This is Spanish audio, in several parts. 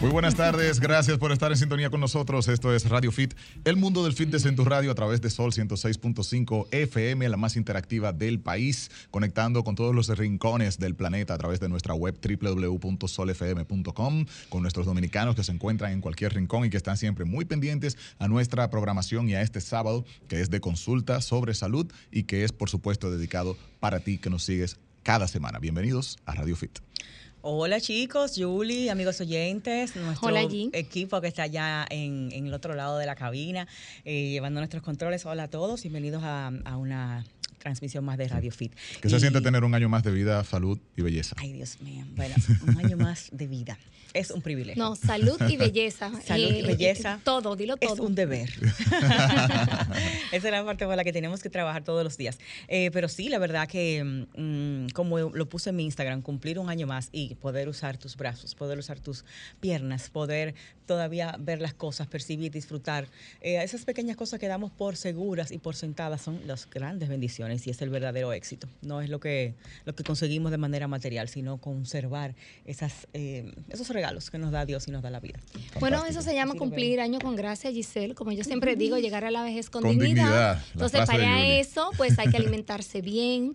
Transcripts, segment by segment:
Muy buenas tardes, gracias por estar en sintonía con nosotros. Esto es Radio Fit, el mundo del fitness en tu radio a través de Sol 106.5 FM, la más interactiva del país, conectando con todos los rincones del planeta a través de nuestra web www.solfm.com, con nuestros dominicanos que se encuentran en cualquier rincón y que están siempre muy pendientes a nuestra programación y a este sábado que es de consulta sobre salud y que es por supuesto dedicado para ti que nos sigues cada semana. Bienvenidos a Radio Fit. Hola chicos, Julie, amigos oyentes, nuestro Hola, Gi. equipo que está allá en, en el otro lado de la cabina, eh, llevando nuestros controles. Hola a todos, bienvenidos a, a una transmisión más de Radio Fit. Que se Y- siente tener un año más de vida, salud y belleza. Ay, Dios mío, bueno, un año más de vida. Es un privilegio. No, salud y belleza. Eh, Salud y belleza. Todo, dilo Es todo. un deber. Esa es la parte por la que tenemos que trabajar todos los días. Eh, pero sí, la verdad que, mm, como lo puse en mi Instagram, cumplir un año más y poder usar tus brazos, poder usar tus piernas, poder todavía ver las cosas, percibir, disfrutar. eh, esas pequeñas cosas que damos por seguras y por sentadas son las grandes bendiciones y es el verdadero éxito. No es lo que, lo que conseguimos de manera material, sino conservar esas, eh, esos regalos que nos da Dios y nos da la vida. Bueno, Fantástico. eso se llama Sí, lo veo. cumplir año con gracia, Giselle. Como yo siempre digo, llegar a la vejez con, Con dignidad, la Entonces, frase de para Yuli. eso, pues hay que alimentarse bien,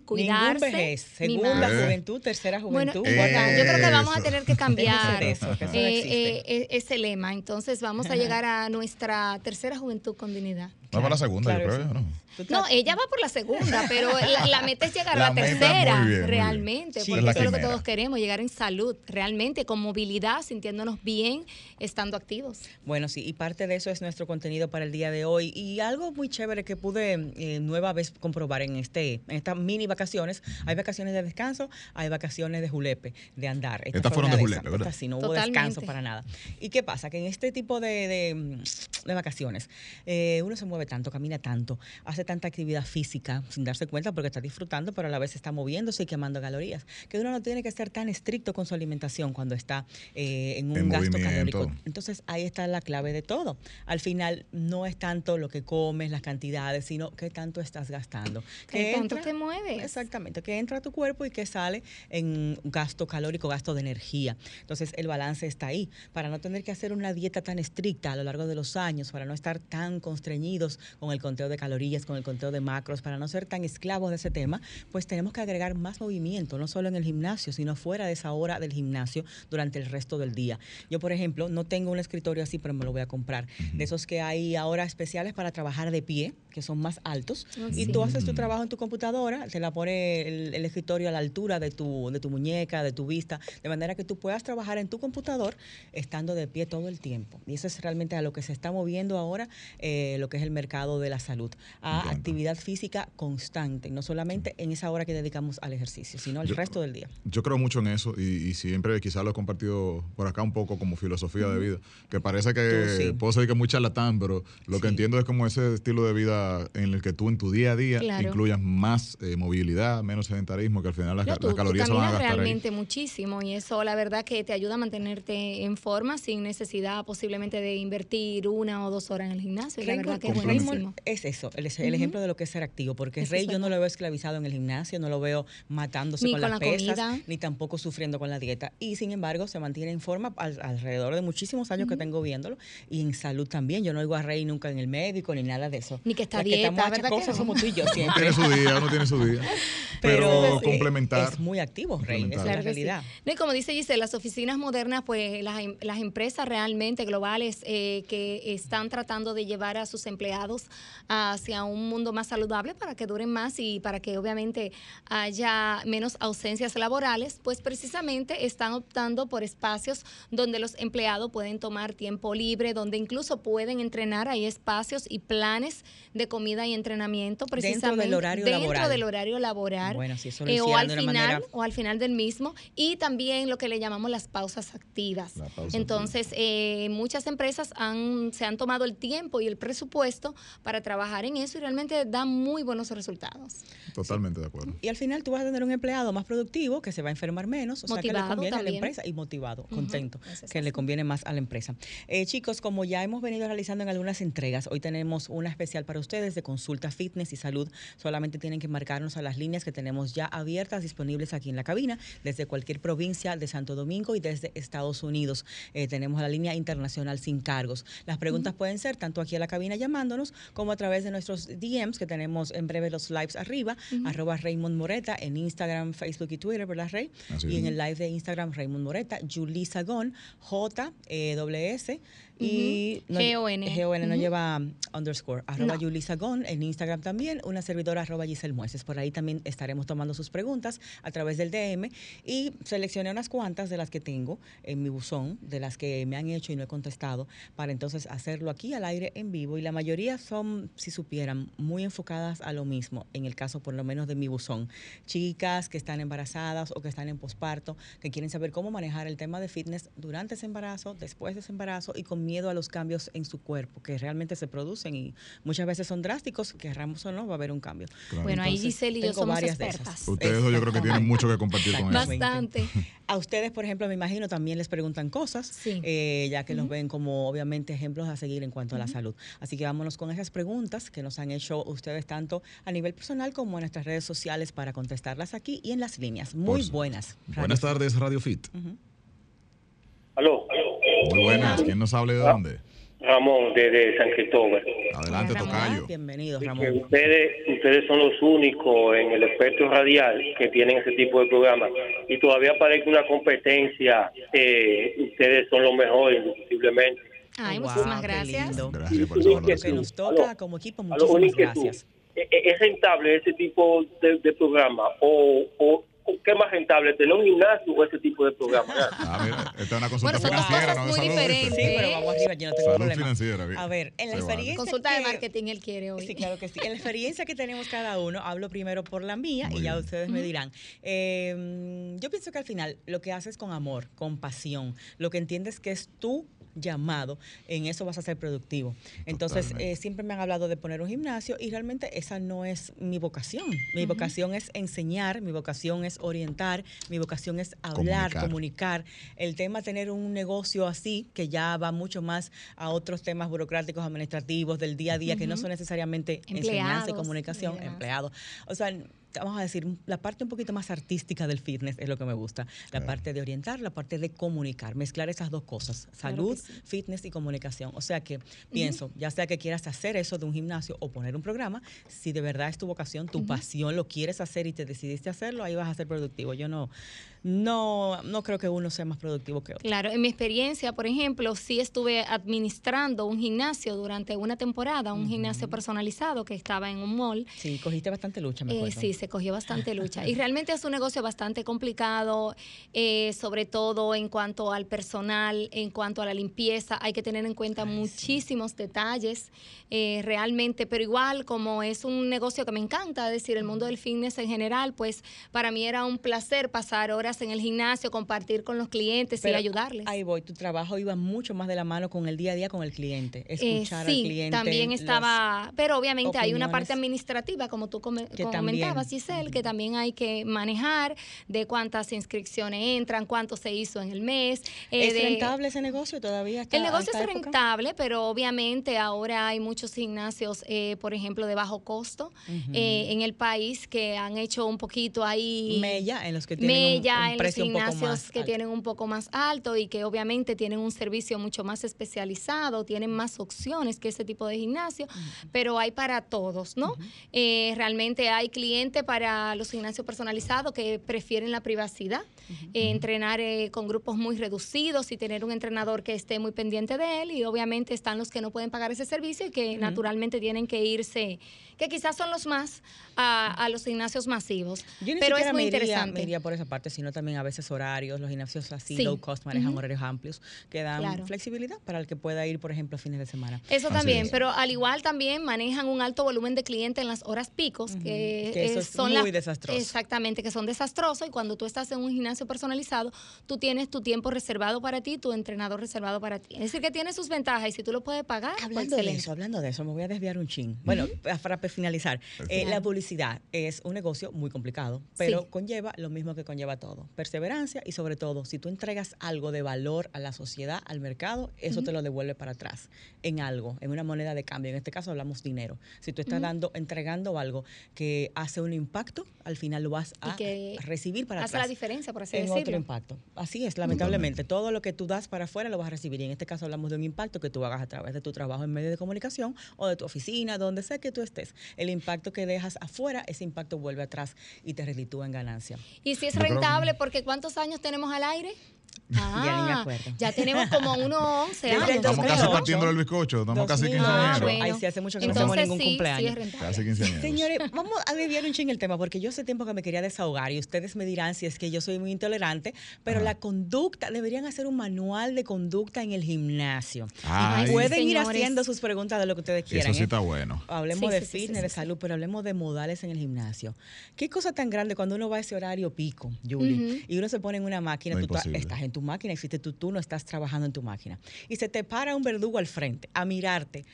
cuidarse. Ningún vejez, segunda mimarse. Eh. juventud, tercera Bueno, juventud. guarda. yo creo que vamos a Eso. tener que cambiar Déjense de eso, que eso no eh, existe. eh, eh, ese lema. Entonces, vamos a llegar a nuestra tercera juventud con dignidad. Va para la segunda, Claro yo que creo. sí. ¿no? Tú estás- No, ella va por la segunda, pero la, la meta es llegar La a la meta, tercera, muy bien, muy bien. realmente, Sí. porque Es la eso es lo que quimera. todos queremos, llegar en salud, realmente, con movilidad, sintiéndonos bien, estando activos. Bueno, sí, y parte de eso es nuestro contenido para el día de hoy. Y algo muy chévere que pude eh, nueva vez comprobar en este, en estas mini vacaciones. Hay vacaciones de descanso, hay vacaciones de julepe, de andar. Estas fue fueron una de esas. julepe, ¿verdad? Estas sí, no hubo Totalmente. descanso para nada. ¿Y qué pasa? Que en este tipo de, de, mm, de vacaciones, eh, uno se mueve tanto, camina tanto, hace tanta actividad física sin darse cuenta porque está disfrutando, pero a la vez está moviéndose y quemando calorías. Que uno no tiene que ser tan estricto con su alimentación cuando está eh, en un En gasto movimiento. calórico entonces ahí está la clave de todo. Al final no es tanto lo que comes, las cantidades, sino qué tanto estás gastando. ¿Qué tanto entra- te mueves? Pues Exactamente, que entra a tu cuerpo y que sale en gasto calórico, gasto de energía. Entonces el balance está ahí, para no tener que hacer una dieta tan estricta a lo largo de los años, para no estar tan constreñidos con el conteo de calorías, con el conteo de macros, para no ser tan esclavos de ese tema, pues tenemos que agregar más movimiento, no solo en el gimnasio, sino fuera de esa hora del gimnasio durante el resto del día. Yo, por ejemplo, no tengo un escritorio así, pero me lo voy a comprar. De esos que hay ahora especiales para trabajar de pie, que son más altos, Ah, y sí. tú haces tu Mm. trabajo trabajo en tu computadora, te la pone el, el escritorio a la altura de tu, de tu muñeca, de tu vista, de manera que tú puedas trabajar en tu computador estando de pie todo el tiempo. Y eso es realmente a lo que se está moviendo ahora eh, lo que es el mercado de la salud, a encanta. actividad física constante, no solamente en esa hora que dedicamos al ejercicio, sino el Yo- resto del día. Yo creo mucho en eso y, y siempre quizás lo he compartido por acá un poco como filosofía de vida, que parece que Tú sí. puedo ser que muy charlatán, pero lo Sí. que entiendo es como ese estilo de vida en el que tú en tu día a día Claro. incluyas más eh, movilidad, menos sedentarismo, que al final las, ca- No, las tú, tú calorías se van a caminas gastar ahí. realmente muchísimo y eso la verdad que te ayuda a mantenerte en forma sin necesidad posiblemente de invertir una o dos horas en el gimnasio. y La verdad que es Complemento. buenísimo. es eso, el, el Ujú. ejemplo de lo que es ser activo, porque Eso Rey es yo no verdad. lo veo esclavizado en el gimnasio, no lo veo matándose Ni con, con las la pesas, comida. ni tampoco sufriendo con la dieta. Y sin embargo, se mantiene en forma al- alrededor de muchísimos años que tengo viéndolo y en salud también. Yo no oigo a Rey nunca en el médico ni nada de eso. Ni que está Las dieta, estamos ¿verdad que achacosas no? somos tú y yo Uno siempre. tiene su día, uno tiene su día. Pero, Pero complementar. es muy activo, Rey, esa es la Complementar. Claro que sí. realidad. No, y como dice Giselle, las oficinas modernas, pues las, em- las empresas realmente globales eh, que están tratando de llevar a sus empleados hacia un mundo más saludable para que duren más y para que obviamente haya menos ausencias laborales, pues precisamente están optando por espacios donde los empleados pueden tomar tiempo libre, donde incluso pueden entrenar. Hay espacios y planes de comida y entrenamiento Dentro del precisamente horario dentro laboral. del horario laboral. Bueno, si eso lo Eh, o hicieran al de una final manera o al final del mismo y también lo que le llamamos las pausas activas. La pausa. Entonces, eh, muchas empresas han, se han tomado el tiempo y el presupuesto presupuesto para trabajar en eso y realmente da muy buenos resultados. Totalmente de acuerdo. Y al final tú vas a tener un empleado más productivo que se va a enfermar menos, o sea que le Motivado conviene a la también. empresa y motivado, Ujú, contento, eso es que le así. conviene más a la empresa. Eh, chicos, como ya hemos venido realizando en algunas entregas, hoy tenemos una especial para ustedes de consulta fitness y salud. Solamente tienen que marcarnos a las líneas que tenemos ya abiertas, disponibles aquí en la cabina, desde cualquier provincia de Santo Domingo y desde Estados Unidos. Eh, tenemos la línea internacional sin cargos. Las preguntas pueden ser tanto aquí a la cabina llamándonos como a través de nuestros DMs que tenemos en breve los lives arriba, arroba Raymond Moreta en Instagram, Facebook y Twitter, ¿verdad, Rey? Así y es. en el live de Instagram, Raymond Moreta, Julie Sagón, J, eh, doble S, y Ujú. G-O-N. G-O-N, no Ujú. lleva um, underscore, arroba No. Yuli Sagón, en Instagram también, una servidora arroba Giselle Mueces. Por ahí también estaremos tomando sus preguntas a través del DM y seleccioné unas cuantas de las que tengo en mi buzón, de las que me han hecho y no he contestado, para entonces hacerlo aquí al aire en vivo. Y la mayoría son, si supieran, muy enfocadas a lo mismo, en el caso por lo menos de mi buzón. Chicas que están embarazadas o que están en posparto, que quieren saber cómo manejar el tema de fitness durante ese embarazo, después de ese embarazo y con miedo a los cambios en su cuerpo, que realmente se producen y muchas veces son drásticos, querramos o no, va a haber un cambio. Claro. Bueno, ahí Entonces, Giselle y yo tengo somos varias de esas. expertas. Ustedes dos yo creo que tienen mucho que compartir con eso. Exactamente. Bastante. A ustedes, por ejemplo, me imagino también les preguntan cosas, Sí. eh, ya que los ven como obviamente ejemplos a seguir en cuanto a la salud. Así que vámonos con esas preguntas que nos han hecho ustedes tanto a nivel personal como en nuestras redes sociales para contestarlas aquí y en las líneas. Muy su- buenas. Pues, Buenas tardes, Radio Fit. Aló, Muy buenas. ¿Quién nos habla y de dónde? Ramón, desde San Cristóbal. Adelante, Ramón. Tocayo. Bienvenidos, Que Ah, Ramón. Ustedes, ustedes son los únicos en el espectro radial que tienen ese tipo de programas y todavía parece una competencia. eh, ustedes son los mejores, indiscutiblemente. Ay, Wow, muchísimas qué gracias. lindo. Gracias por esa Lo que valoración. nos toca Aló. como equipo, A lo muchísimas único que tú, gracias. ¿e- e- ¿Es rentable ese tipo de, de programa? ¿O, o, o qué más rentable, tener un gimnasio o ese tipo de programa? Ah, mira, esta es una consulta Bueno, son dos financiera, cosas no de muy salud. diferentes. Sí, ¿viste? pero vamos arriba, yo no tengo Salud problema. financiera, bien. A ver, en la Se vale. experiencia Consulta de que- marketing él quiere hoy. Sí, claro que sí. En la experiencia que tenemos cada uno, hablo primero por la mía Muy y ya bien. ustedes me Ujú. dirán. Eh, yo pienso que al final lo que haces con amor, con pasión, lo que entiendes que es tu llamado, en eso vas a ser productivo. Entonces, Totalmente. eh, siempre me han hablado de poner un gimnasio y realmente esa no es mi vocación. Mi Ujú. vocación es enseñar, mi vocación es orientar, mi vocación es hablar, Comunicar. comunicar. El tema tener un negocio así, que ya va mucho más a otros temas burocráticos, administrativos, del día a día, que no Ujú. son necesariamente enseñanza y Empleados y comunicación, demás. empleado. O sea, vamos a decir, la parte un poquito más artística del fitness es lo que me gusta. La Claro. parte de orientar, la parte de comunicar, mezclar esas dos cosas, salud, sí. fitness y comunicación. O sea que pienso, ya sea que quieras hacer eso de un gimnasio o poner un programa, si de verdad es tu vocación, tu pasión, lo quieres hacer y te decidiste hacerlo, ahí vas a ser productivo. Yo no, no, no creo que uno sea más productivo que otro. Claro, en mi experiencia, por ejemplo, sí estuve administrando un gimnasio durante una temporada, un gimnasio personalizado que estaba en un mall. Sí, cogiste bastante lucha, me Eh, acuerdo. sí, se cogió bastante lucha. Y realmente es un negocio bastante complicado, eh, sobre todo en cuanto al personal, en cuanto a la limpieza. Hay que tener en cuenta muchísimos detalles eh, realmente, pero igual como es un negocio que me encanta, es decir, el mundo del fitness en general, pues para mí era un placer pasar horas en el gimnasio, compartir con los clientes Pero y ayudarles. Ahí voy, tu trabajo iba mucho más de la mano con el día a día con el cliente, Eh, escuchar sí, al cliente. también los- estaba, pero obviamente hay una parte opiniones. administrativa, como tú come- Que comentabas, también. Giselle, que también hay que manejar de cuántas inscripciones entran, cuánto se hizo en el mes. eh, ¿Es de- rentable ese negocio todavía? hasta- el negocio hasta es época? rentable, pero obviamente ahora hay muchos gimnasios, eh, por ejemplo, de bajo costo Ujú. eh, en el país que han hecho un poquito ahí... Mella, en los que tienen un- Mella, un, en los precio un poco gimnasios más que alto. tienen un poco más alto y que obviamente tienen un servicio mucho más especializado, tienen más opciones que ese tipo de gimnasio, pero hay para todos, ¿no? Eh, realmente hay clientes para los gimnasios personalizados que prefieren la privacidad, eh, entrenar eh, con grupos muy reducidos y tener un entrenador que esté muy pendiente de él y obviamente están los que no pueden pagar ese servicio y que naturalmente tienen que irse, que quizás son los más a, a los gimnasios masivos, Yo ni pero siquiera es muy me iría, interesante. me iría por esa parte, sino también a veces horarios, los gimnasios así, Sí. low cost, manejan Ujú. horarios amplios, que dan Claro. flexibilidad para el que pueda ir, por ejemplo, a fines de semana. Eso Así también, es. pero al igual también manejan un alto volumen de clientes en las horas picos, Ujú, que, que eso es, son muy las- desastroso. Exactamente, que son desastrosos y cuando tú estás en un gimnasio personalizado, tú tienes tu tiempo reservado para ti, tu entrenador reservado para ti. Es decir, que tiene sus ventajas y si tú lo puedes pagar, pues, Hablando de excelente. eso, hablando de eso, me voy a desviar un chin. Bueno, pa- para pe- finalizar, eh, la publicidad es un negocio muy complicado, pero Sí. conlleva lo mismo que conlleva todo, perseverancia y sobre todo, si tú entregas algo de valor a la sociedad, al mercado, eso te lo devuelve para atrás en algo, en una moneda de cambio. En este caso hablamos dinero. Si tú estás dando, entregando algo que hace un impacto, al final lo vas Y a que recibir para hace atrás. la diferencia, por así en otro decirlo. impacto. Así es, lamentablemente. Todo lo que tú das para afuera lo vas a recibir. Y en este caso hablamos de un impacto que tú hagas a través de tu trabajo en medio de comunicación o de tu oficina, donde sea que tú estés. El impacto que dejas afuera, ese impacto vuelve atrás y te reditúa en ganancia. Y si es Yo creo- rentable, porque ¿cuántos años tenemos al aire? Ya ni me Ah, acuerdo. ya tenemos como unos 11 Desde años. el Estamos yo casi creo. 2008. partiendo el bizcocho, estamos casi 2008. Ah, quinceañeros. bueno. Ay, sí, hace mucho que no Entonces, hacemos ningún sí, sí cumpleaños. es rentable. Casi quinceañeros. Señores, vamos a desviar un ching el tema porque yo hace tiempo que me quería desahogar y ustedes me dirán si es que yo soy muy intolerante, pero Ajá. la conducta, deberían hacer un manual de conducta en el gimnasio. Ay, Ay, Pueden ir señores. haciendo sus preguntas de lo que ustedes quieran. eso sí ¿eh? está bueno. Hablemos Sí, de sí, sí, sí, fitness, sí, de sí. salud, pero hablemos de modales en el gimnasio. Qué cosa tan grande cuando uno va a ese horario pico, Julie, Ujú. y uno se pone en una máquina, No, tú ta- imposible. estás en tu máquina, hiciste tu turno, estás trabajando en tu máquina, y se te para un verdugo al frente a mirarte,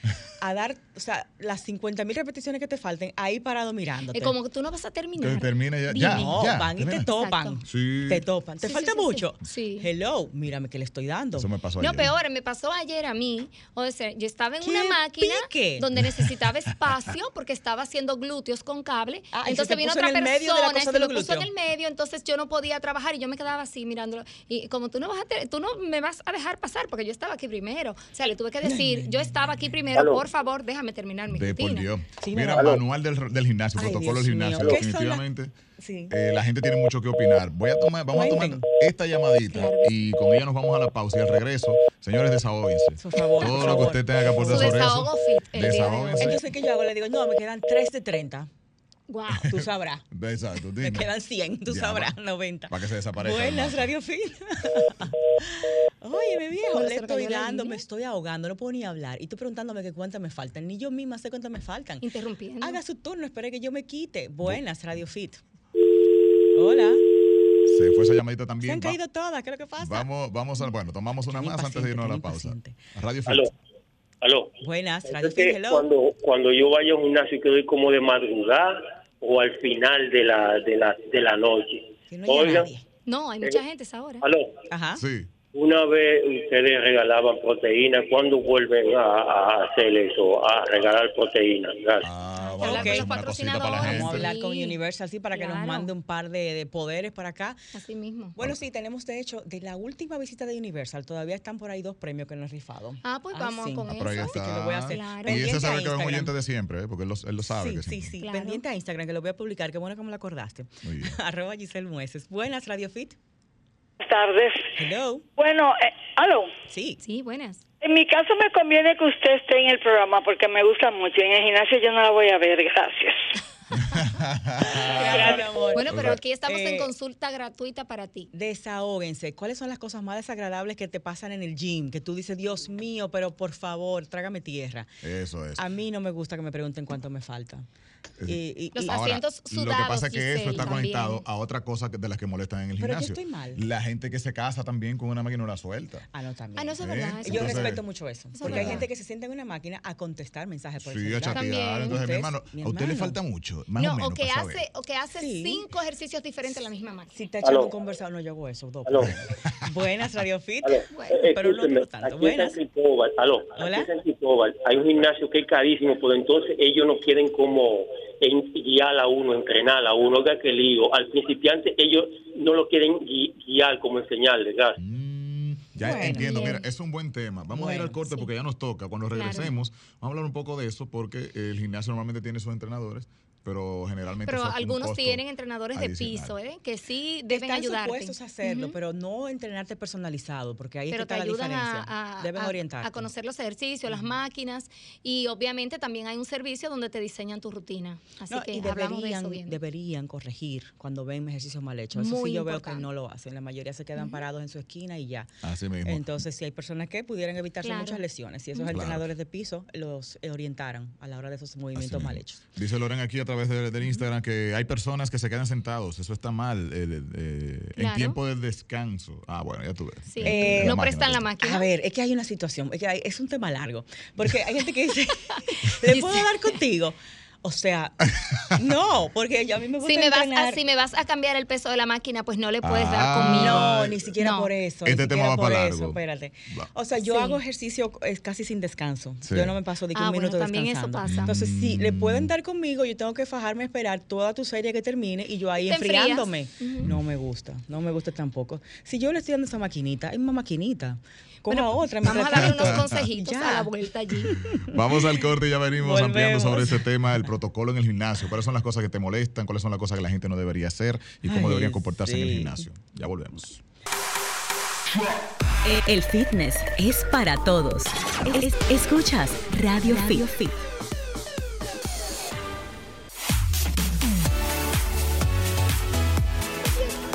a dar, o sea, las 50 mil repeticiones que te falten, ahí parado mirándote. Y como que tú no vas a terminar. Que termine ya. Dime. ya, no, ya, van y te termina. topan. Exacto. Sí. Te topan. ¿Te Sí, falta sí, sí, sí. mucho? Sí. Hello, mírame que le estoy dando. Eso me pasó No, ayer. peor, me pasó ayer a mí. O sea, yo estaba en una pues, ¡Qué máquina pique! donde necesitaba espacio porque estaba haciendo glúteos con cable. Ah, y se entonces te vino puso otra en el persona medio de la y cosa se de lo los puso en el glúteos. medio, entonces yo no podía trabajar y yo me quedaba así mirándolo. Y como tú no vas a te- tú no me vas a dejar pasar porque yo estaba aquí primero. O sea, le tuve que decir, yo estaba aquí primero, Aló. por favor, déjame terminar mi De por rutina. Dios. Sí, Mira, ¿verdad? manual del, del gimnasio, Ay, protocolo Dios del gimnasio. mío. ¿Qué son Definitivamente. Sí. eh, la gente tiene mucho que opinar. Voy a tomar, vamos a Cuenten. tomar esta llamadita Claro. y con ella nos vamos a la pausa y al regreso, señores, desahóguense. Por favor, Todo por lo que favor. usted tenga que aportar Su sobre desahogo eso. fit el día de hoy. Desahóguense. Entonces, ¿qué yo hago? Le digo, no, me quedan 3 de 30. Wow. Tú sabrás. Exacto, Me dime. quedan 100, tú Ya, sabrás, va- 90. para que se desaparezca el Buenas, mapa. Radio Fin. Oye, mi viejo, Bueno, le se me cayó estoy la dando, me línea. estoy ahogando, no puedo ni hablar. Y tú preguntándome que cuántas me faltan. Ni yo misma sé cuántas me faltan. Interrumpiendo. Haga su turno, espere que yo me quite. Buenas, Radio Fit. Hola. Se fue esa llamadita Se también. han Va- caído todas, ¿qué es lo que pasa? vamos, vamos a, bueno, tomamos una Tan más antes de irnos a la pausa. impaciente, tan Radio Fit. Aló, aló. Buenas, Radio Entonces, Fit, hello. cuando, cuando yo vaya a un gimnasio quedo como de madrugada o al final de la, de la, de la noche. Que no haya Oigan, nadie. No, hay mucha gente esa hora. Eh, aló, Ajá. Sí. Ah, una vez ustedes regalaban proteína, ¿cuándo vuelven a, a hacer eso, a regalar proteína? Gracias. Ah, Hay vamos a que hacer hablar con los una cosita para la patrocinadores. Vamos a gente. hablar con Sí. Universal, sí, para que nos Claro. mande un par de, de poderes para acá. Así mismo. Bueno, sí, tenemos de hecho, de la última visita de Universal, todavía están por ahí dos premios que no he rifado. Ah, pues Ay, vamos sí. con Ah, pero ahí eso. que lo está. voy a hacer. Y Claro. ese Pendiente sabe a que es un Instagram. oyente de siempre, ¿eh? porque él lo, él lo sabe. Sí, que sí, siempre. sí. Claro. Pendiente a Instagram, que lo voy a publicar. Qué bueno que me lo acordaste. Muy bien. Arroba Giselle Mueces. Buenas, Radio Fit. Buenas tardes. Hello. Bueno, eh, aló. Sí. Sí, buenas. En mi caso me conviene que usted esté en el programa porque me gusta mucho. En el gimnasio yo no la voy a ver, gracias. Gracias, mi amor. Bueno, pero aquí estamos Eh, en consulta gratuita para ti. Desahóguense. ¿Cuáles son las cosas más desagradables que te pasan en el gym? Que tú dices, Dios mío, pero por favor, trágame tierra. Eso es. A mí no me gusta que me pregunten cuánto me falta. Es- Y- y- Los y- Ahora, asientos Lo que sudados, pasa es que eso Giselle, está también. conectado a otra cosa que- de las que molestan en el Pero yo gimnasio. estoy mal. La gente que se casa también con una máquina no la suelta. Ah, no, también. Ah, no, eso es ¿Eh? verdad. eso es Yo Entonces- verdad. respeto mucho eso. Eso es Porque hay verdad. gente que se sienta en una máquina a contestar mensajes por el Sí, a celular. También. chatear. Entonces, mi Ustedes- hermano, Pues mi a usted le hermano. falta mucho. Más o No, menos. o que para saber. hace, o que hace Sí. cinco ejercicios diferentes en la misma máquina. Si te echan Aló. un conversado, no, yo hago eso. dos. Aló. Buenas, Radio Fit. Aló, Bueno, eh, pero no escúcheme, otro tanto. aquí Buenas. en San Cristóbal, aló, aquí Hola. en San Cristóbal hay un gimnasio que es carísimo, pero entonces ellos no quieren como en- guiar a uno, entrenar a uno, oiga que lío. Al principiante ellos no lo quieren gui- guiar, como enseñarle, ¿verdad? Mm, ya Bueno. entiendo, Bien. mira, es un buen tema. Vamos a ir Bueno, al corte sí. porque ya nos toca. Cuando Claro. regresemos, vamos a hablar un poco de eso porque el gimnasio normalmente tiene sus entrenadores, pero generalmente... Pero eso es un algunos costo tienen entrenadores de adicional. piso, ¿eh? que sí deben Están ayudarte. supuestos a hacerlo, Ujú. pero no entrenarte personalizado, porque ahí Pero te está la ayudan diferencia. a, a- Deben a- orientarte. a conocer los ejercicios, las máquinas y obviamente también hay un servicio donde te diseñan tu rutina. Así No, que y hablamos de eso deberían, bien. deberían corregir cuando ven ejercicios mal hechos. Eso Muy sí yo veo importante. que no lo hacen. La mayoría se quedan parados en su esquina y ya. Así mismo. Entonces, si hay personas que pudieran evitarse Claro. muchas lesiones, si esos Claro. entrenadores de piso los eh, orientaran a la hora de esos Así movimientos mal mismo. hechos. Dice Loren aquí a través de- del Instagram que hay personas que se quedan sentados. Eso está mal. El, el, eh, En Claro. tiempo de descanso. Ah, bueno, ya tú ves. Sí. Eh, Eh, no máquina, prestan la pues. máquina. A ver, es que hay una situación, es, que hay- es un tema largo, porque hay gente que dice, ¿le puedo hablar contigo? O sea, no, porque yo a mí me gusta si me, vas a, entrenar. si me vas a cambiar el peso de la máquina, pues no le puedes Ah. dar conmigo. No, ni siquiera No. por eso. Este ni tema siquiera va por para eso, largo. espérate. Va. O sea, yo Sí. hago ejercicio eh, casi sin descanso. Sí. Yo no me paso de que Ah, un bueno, minuto también eso descansando. pasa. Entonces, si le Mm. pueden dar conmigo, yo tengo que fajarme a esperar toda tu serie que termine y yo ahí Te enfrías. enfriándome. No me gusta, no me gusta tampoco. Si yo le estoy dando esa maquinita, es una maquinita. Coja Bueno, otra. Vamos a mientras darle unos tanto. consejitos Ya. a la vuelta allí. Vamos al corte y ya venimos ampliando Volvemos. sobre este tema, el protocolo en el gimnasio. ¿Cuáles son las cosas que te molestan? ¿Cuáles son las cosas que la gente no debería hacer? ¿Y cómo Ay, debería comportarse en el sí. gimnasio? Ya volvemos. El fitness es para todos. Es- escuchas Radio, Radio Fit.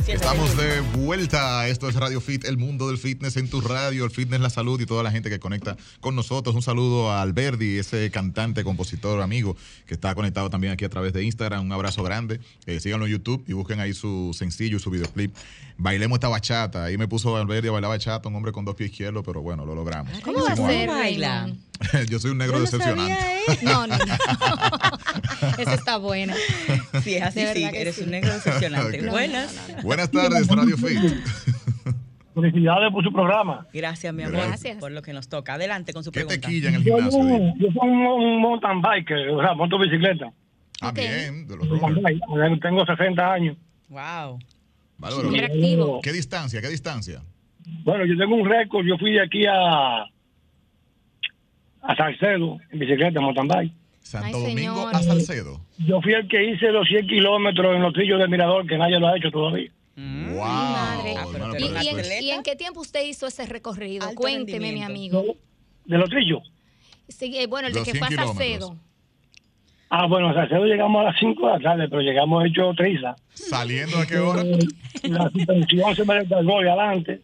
Sí, está Estamos bien. de vuelta. Esto es Radio Fit, el mundo del fitness en tu radio, el fitness, la salud y toda la gente que conecta con nosotros. Un saludo a Alberdi, ese cantante, compositor, amigo que está conectado también aquí a través de Instagram. Un abrazo grande. Eh, síganlo en YouTube y busquen ahí su sencillo y su videoclip. Bailemos esta bachata. Ahí me puso Alberdi a bailar bachata, un hombre con dos pies izquierdos, pero bueno, lo logramos. ¿Cómo va a Hicimos ser? algo. baila? Raymond? Yo soy un negro Yo no decepcionante. sabía ¿eh? eso. ¿eh? No, no, no. Esa está buena. Sí, es así, De sí, verdad que eres sí. un negro decepcionante. Ok. No, Buenas. Buenas tardes, Radio Fit. Felicidades por su programa. Gracias, mi amor, Gracias. por lo que nos toca. Adelante con su ¿Qué te pregunta. quilla en el Yo, gimnasio? Dime. yo soy un, un mountain biker, o sea, monto bicicleta. Ah, Ok. bien, de los Mountain rollers. bike, o sea, Tengo 60 años. Wow. Bárbaro. Mira, activo. ¿Qué distancia? ¿Qué distancia? Bueno, yo tengo un récord. Yo fui de aquí a a Salcedo en bicicleta, en mountain bike. Santo Ay, Domingo señor. a Salcedo. Yo fui el que hice los 100 kilómetros en los trillos del Mirador, que nadie lo ha hecho todavía. Mm. Wow. madre. hermano, Ah, pero pero ¿Y, y eso en, es- atleta. y en qué tiempo usted hizo ese recorrido? Alto Cuénteme, mi rendimiento. amigo. ¿De los trillos? Sí, eh, bueno, el de Los que 100 fue a kilómetros. Salcedo. Ah, bueno, a Salcedo llegamos a las 5 de la tarde, pero llegamos hecho triza. ¿Saliendo a qué hora? La suspensión se me descargó de adelante.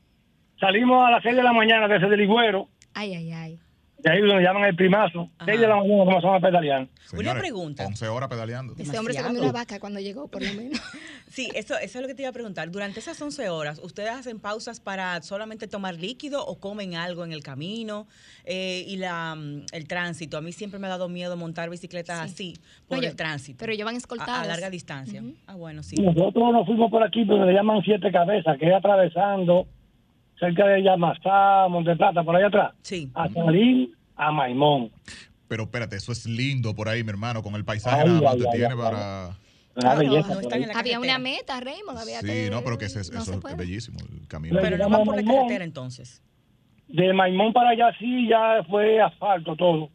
Salimos a las 6 de la mañana desde el Higüero, Ay, ay, ay. de ahí donde llaman el primazo. Ah. Ajá. 6 de la mañana comenzamos a pedalear. Una Señores, pregunta. 11 horas pedaleando. Ese hombre se comió Demasiado. una vaca cuando llegó, por lo menos. Sí, eso, eso es lo que te iba a preguntar. Durante esas 11 horas, ¿ustedes hacen pausas para solamente tomar líquido o comen algo en el camino? Eh, y la, mm, el tránsito. A mí siempre me ha dado miedo montar bicicletas así por No, yo- el tránsito. Pero ellos van a, escoltados. a larga distancia. Ah, bueno, sí. Nosotros nos fuimos por aquí, pero le llaman Siete Cabezas, que es atravesando cerca de Yamasá, Monte Plata, por allá atrás. Sí. A salir a Maimón. Pero espérate, eso es lindo por ahí, mi hermano, con el paisaje Ay, nada más ay, te ay, tiene ay, para... Una No, belleza. Ah, no por están ahí. en la Había una carretera. meta, Raymond. Había Sí, que- no, pero que es, no eso se es puede. bellísimo, el camino. Pero no van por la carretera entonces. De Maimón para allá sí ya fue asfalto todo. Ok,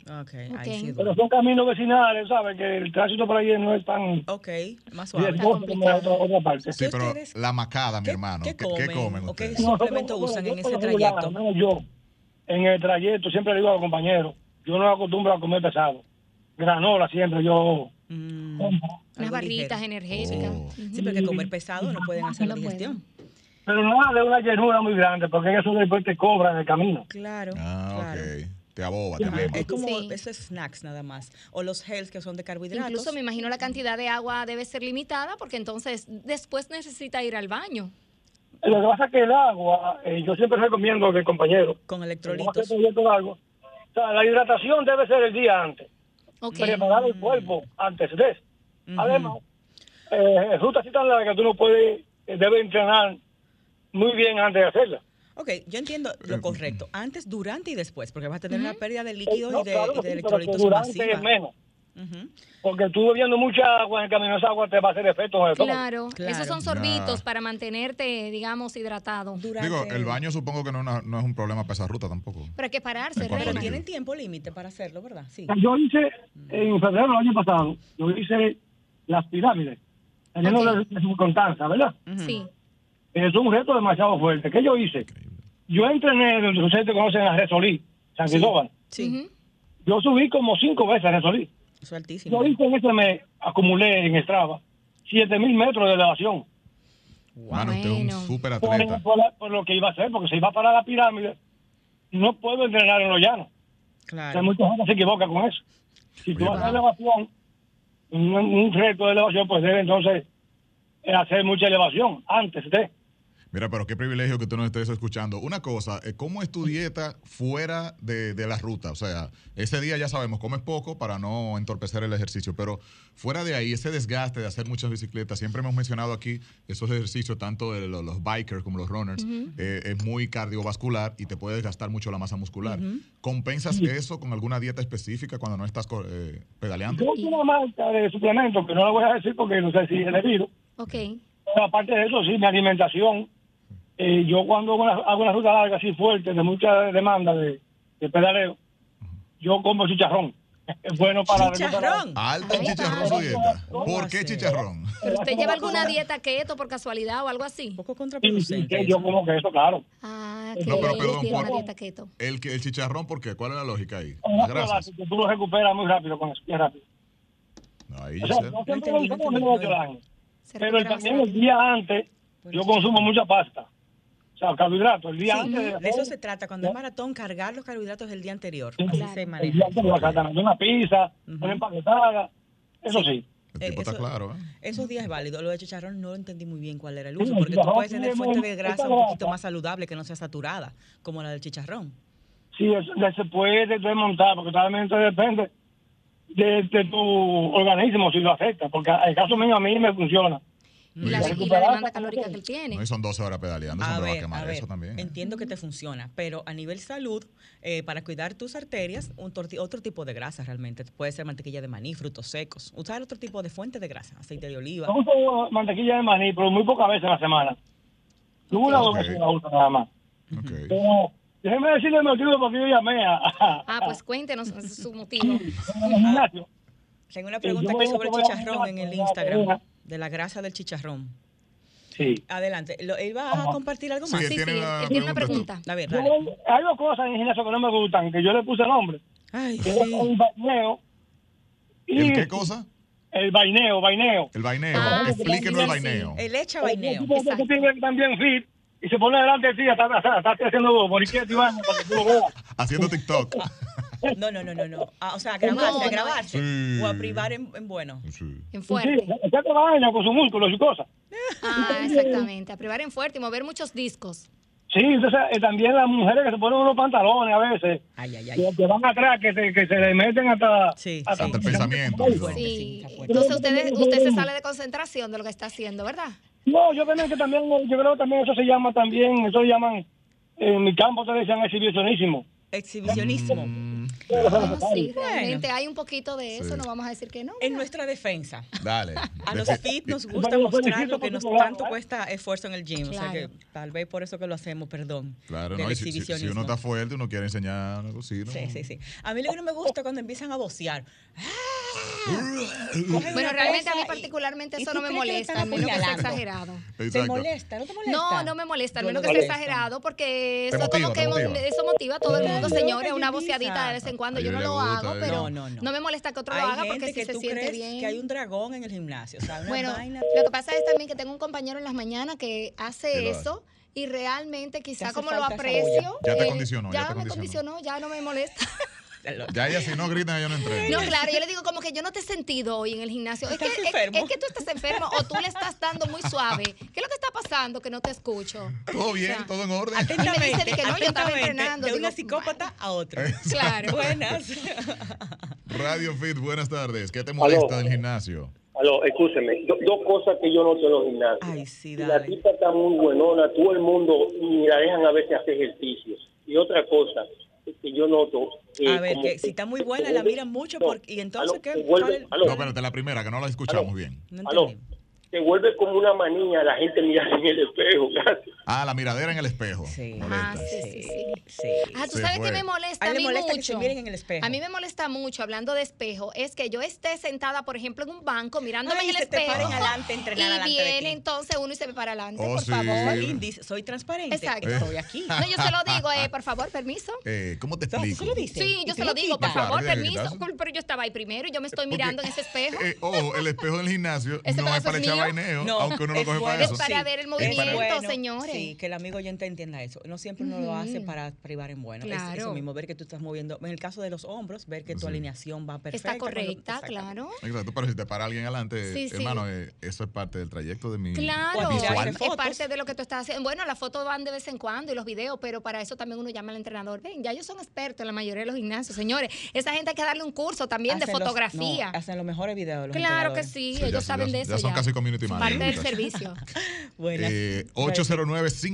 Ok. ahí sí. Pero duele. son caminos vecinales, ¿sabes? Que el tránsito por ahí no es tan Ok, más suave. riesgoso como la otra, otra parte. Sí, pero ustedes- la macada, mi ¿Qué- hermano. qué ¿Qué, qué comen? comen ¿O qué ustedes? es? Simplemente Nosotros, usan en yo ese por lo regular, trayecto. al menos yo, en el trayecto, siempre le digo a los compañeros, yo no acostumbro a comer pesado. Granola siempre yo Mm, compro. Unas algo ligero. barritas energéticas. Oh. Sí, porque comer pesado no pueden hacer la No pueden. digestión. Pero nada de una llenura muy grande, porque eso después te cobran en el camino. Claro. Ah, claro. ok. Te aboba, te Ah, mema. Es como Sí. esos snacks nada más. O los gels que son de carbohidratos. Incluso me imagino la cantidad de agua debe ser limitada porque entonces después necesita ir al baño. Lo que pasa es que el agua, eh, yo siempre recomiendo a mis compañeros, Con vamos a hacer electrolitos. proyecto de agua. O sea, la hidratación debe ser el día antes, Ok. preparar el cuerpo antes de. Ujú. Además, eh, rutas así tan largas tú no puedes, eh, debes entrenar muy bien antes de hacerla. Ok, yo entiendo Eh, lo correcto. Antes, durante y después, porque vas a tener una pérdida de Eh, líquido no, y de, claro y de que sí, pero que electrolitos durante masiva. es menos. Ujú. Porque tú bebiendo mucha agua en el camino, esa agua te va a hacer efecto en el estómago. Claro, Claro. esos son sorbitos para mantenerte, digamos, hidratado. Durante- Digo, el baño supongo que no, es una- no es un problema para esa ruta tampoco. Pero hay que pararse, En cuanto Pero Correcto. tienen Raymond. tiempo límite para hacerlo, ¿verdad? Sí. Pues Yo hice en febrero del año pasado, yo hice las pirámides, teniendo Ok. de su constancia, ¿verdad? Ujú. Sí. Es un reto demasiado fuerte. ¿Qué yo hice? Yo entrené, en- ustedes te conocen a Resolí, San Cristóbal. Sí, Ujú. Yo subí como cinco veces a Resolí. eso es altísimo. Yo hice en ese me acumulé en Strava 7000 metros de elevación. Mano, usted es un Bueno. súper Por, atleta. por la- por lo que iba a hacer, porque si iba para la pirámide, no puedo entrenar en los llanos. O sea, Claro. mucha gente se equivoca con eso. Si tú Oye, haces pero- elevación, un, un reto de elevación, pues debe entonces eh, hacer mucha elevación antes de. Mira, pero qué privilegio que tú nos estés escuchando. Una cosa, eh, ¿cómo es tu dieta fuera de, de la ruta? O sea, ese día ya sabemos, comes poco para no entorpecer el ejercicio, pero fuera de ahí, ese desgaste de hacer muchas bicicletas, siempre hemos mencionado aquí esos ejercicios, tanto de lo- los, bikers como los runners, eh, es muy cardiovascular y te puede desgastar mucho la masa muscular. ¿Compensas eso con alguna dieta específica cuando no estás co- eh, pedaleando? Yo uso una marca de suplementos que no la voy a decir porque no sé si es debido. Ok. Pero aparte de eso, sí, mi alimentación. eh, yo cuando hago una, hago una ruta larga así fuerte, de mucha demanda de, de pedaleo, yo como chicharrón. Es bueno para recuperar- Chicharrón. Alta en Ahí está. chicharrón su dieta. ¿Cómo ¿Por qué hacer? chicharrón? ¿Pero usted lleva alguna dieta keto por casualidad o algo así? Un poco Sí, sí, contraproducente. que yo como que eso, claro. Ah, No, que pero él perdón, tiene una ¿cuál? dieta keto. El, que- el chicharrón, ¿por qué? ¿Cuál es la lógica ahí? Una Las prueba grasas. que tú lo recuperas muy rápido con eso, bien rápido. No, ahí ya O sea, sé. no siempre lo entendí, usamos no en el entendí. año. Se Pero recupera también más el día antes, yo consumo mucha pasta. O sea, carbohidratos. El día Sí, antes. de eso se trata. Cuando es maratón, cargar los carbohidratos del día anterior. Sí, Así claro. se el día maneja. antes de la cata, una pizza, Ujú. una empaquetada. Eso sí. El Eh, tipo está eso- claro, ¿eh? Esos días es válido. Lo de chicharrón no lo entendí muy bien cuál era el Sí, uso, el porque tú chicharrón puedes tener tiene fuente muy- de grasa mucha un poquito grasa. más saludable que no sea saturada, como la del chicharrón. Sí, eso ya se puede desmontar, porque totalmente depende de, de tu organismo si lo acepta. Porque el caso mío a mí me funciona. Y la, Muy bien. y la demanda calórica que él tiene. No, y son 12 horas pedaleando, A eso me va a ver, quemar a ver, eso también. ¿eh? entiendo que te funciona, pero a nivel salud, eh, para cuidar tus arterias, un torti- otro tipo de grasa realmente. Puede ser mantequilla de maní, frutos secos. Usar otro tipo de fuente de grasa, aceite de oliva. Yo uso mantequilla de maní, pero muy pocas veces a la semana. Yo una o dos Ok. veces la uso nada más. Ok. Pero déjeme decirle el motivo porque yo llamé a, a- Ah, pues cuéntenos su motivo. al gimnasio. Tengo una Sí, yo pregunta voy aquí a- sobre el voy a- chicharrón en el voy a- voy Instagram, a- de la grasa del chicharrón. Sí. Adelante. Lo, él va a Ajá. compartir algo Sí, más. él Sí, tiene sí, una él tiene una pregunta, pregunta. A ver, Yo- dale. hay dos cosas en el gimnasio que no me gustan, que yo le puse nombre. Ay, Que es sí. el vaineo. y- ¿El qué cosa? El vaineo, vaineo. El vaineo. Ah, sí, Explíquenos el sí, sí. vaineo. El echa vaineo. Porque tú tienes también fit y se pone delante de ti, está, está, está haciendo moriquete y vaina para que tú lo veas. Haciendo TikTok. No, no, no, no, no. Ah, o sea, a grabarse, No, a no. grabarse. Sí. O a privar en, en bueno. Sí. En Sí, fuerte. está vaina con sus músculos y cosas. Ah, exactamente. A privar en fuerte y mover muchos discos. Sí, entonces eh, también las mujeres que se ponen unos pantalones a veces, Ay, ay, ay. que, que van atrás, que se, que se le meten hasta, Sí, hasta, Hasta el pensamiento. Muy ¿no? fuerte, sí, Sí. está fuerte. Entonces usted, usted se sale de concentración de lo que está haciendo, ¿verdad? No, yo también que también, eh, yo creo que también eso se llama también, eso llaman, en mi campo se le decían exhibicionismo. Exhibicionismo. Mm, Ah, sí, Bueno. realmente hay un poquito de eso, Sí. no vamos a decir que no. En nuestra defensa. Dale. A De- los de- fit nos de- gusta Bueno, mostrar felicito lo que por nos tu trabajo, tanto ¿eh? cuesta esfuerzo en el gym. O sea que Claro. tal vez por eso que lo hacemos, perdón. Claro, del no. y Si, si- si uno exhibicionismo. está fuerte, uno quiere enseñar algo así, ¿no? Sí, sí, sí. A mí lo que no me gusta es cuando empiezan a vocear. Cogen Bueno, una realmente a cosa mí y- particularmente y eso tú no me crees que le molesta, están a menos que sea apuñalando. exagerado. ¿Te Exacto. molesta? ¿No te molesta? No, no me molesta, al Yo menos no que sea molesta. exagerado, porque Te eso motiva, como te que mo- motiva. eso motiva a todo el mundo, Ay, señores, loca, una Yulisa. boceadita de vez en cuando. A Yuli Yo no lo le gusta, hago, a Yuli pero no. No, no, no. no me molesta que otro lo Hay haga porque gente si que se tú siente crees que hay bien. un dragón en el gimnasio. O sea, una Bueno, vaina. lo que pasa es también que tengo un compañero en las mañanas que Sí, lo hace hace. eso y realmente quizá hace como lo falta esa aprecio, eh, olla. Ya te condicionó, ya ya te me condicionó. condicionó, ya no me molesta. Ya ella si no gritan, ella no entrena. No, claro, yo le digo como que yo no te he sentido hoy en el gimnasio. Es que, Estás es- enfermo. es que tú estás enfermo o tú le estás dando muy suave. ¿Qué es lo que está pasando que no te escucho? Todo bien, O sea, todo en orden. Y me dice de que no, yo estaba atentamente, entrenando. De Digo, una psicópata a otra. Claro. Buenas. Radio Fit, buenas tardes. ¿Qué te molesta del gimnasio? Aló, escúcheme, do- dos cosas que yo noto en los gimnasios. Ay, sí, Y La dale. tipa está muy buenona, todo el mundo ni la dejan a veces hacer ejercicio. Y otra cosa que yo noto. eh, A ver, como que si está muy buena, la miran mucho No, porque- y entonces, aló, ¿qué? se vuelve- ¿Cuál es- aló, No, espérate, la primera, que no la escuchamos Aló. bien. No aló, entendí. se vuelve como una manía la gente mirarse en el espejo. casi. Ah, la miradera en el espejo. Sí. Molesta. Ah, sí, sí, sí. Sí. Ah, tú Se sabes fue. que me molesta A a, él le mí molesta mucho. que se miren en el espejo. A mí me molesta mucho, hablando de espejo, es que yo esté sentada, por ejemplo, en un banco, mirándome Ay, en el que te espejo. paren adelante, entrenar y adelante de viene ti. entonces uno y se me para adelante, Oh, por sí. favor. Soy indis- soy transparente. Exacto. Estoy aquí. No, yo se lo digo, eh, por favor, permiso. Eh, ¿Cómo te No, tú explico? se lo dices. Sí, yo Tú se lo digo, por quitas. favor, Claro, le permiso. quitas. Pero yo estaba ahí primero y yo me estoy Porque- mirando en ese espejo. Eh, ojo, el espejo del gimnasio Ese no es pedazo para es echar mío. vaineo, No, aunque uno lo es coge para bueno, eso. Es para sí, ver el es movimiento, bueno, señores. Sí, que el amigo oyente entienda eso. No siempre uno lo hace Ujú. para privar en bueno. Es Claro. eso mismo, ver que tú estás moviendo. En el caso de los hombros, ver que tu Sí. alineación va perfecta. Está con lo- correcta, exactamente. claro. Exacto, pero si te para alguien adelante, Sí, sí. hermano, eh, eso es parte del trayecto de mi Claro, visual. es Fotos. parte de lo que tú estás haciendo. Bueno, las fotos van de vez en cuando y los videos, pero para eso también uno llama al entrenador. Ven, ya ellos son expertos en la mayoría de los gimnasios, señores. Esa gente hay que darle un curso también de Hacen los- fotografía. no, hacen los mejores videos. los claro que entrenadores. sí, Sí, ya ellos son- saben ya- de eso. ya son casi community manager, Parte del muchachos. servicio. Buenas. Eh,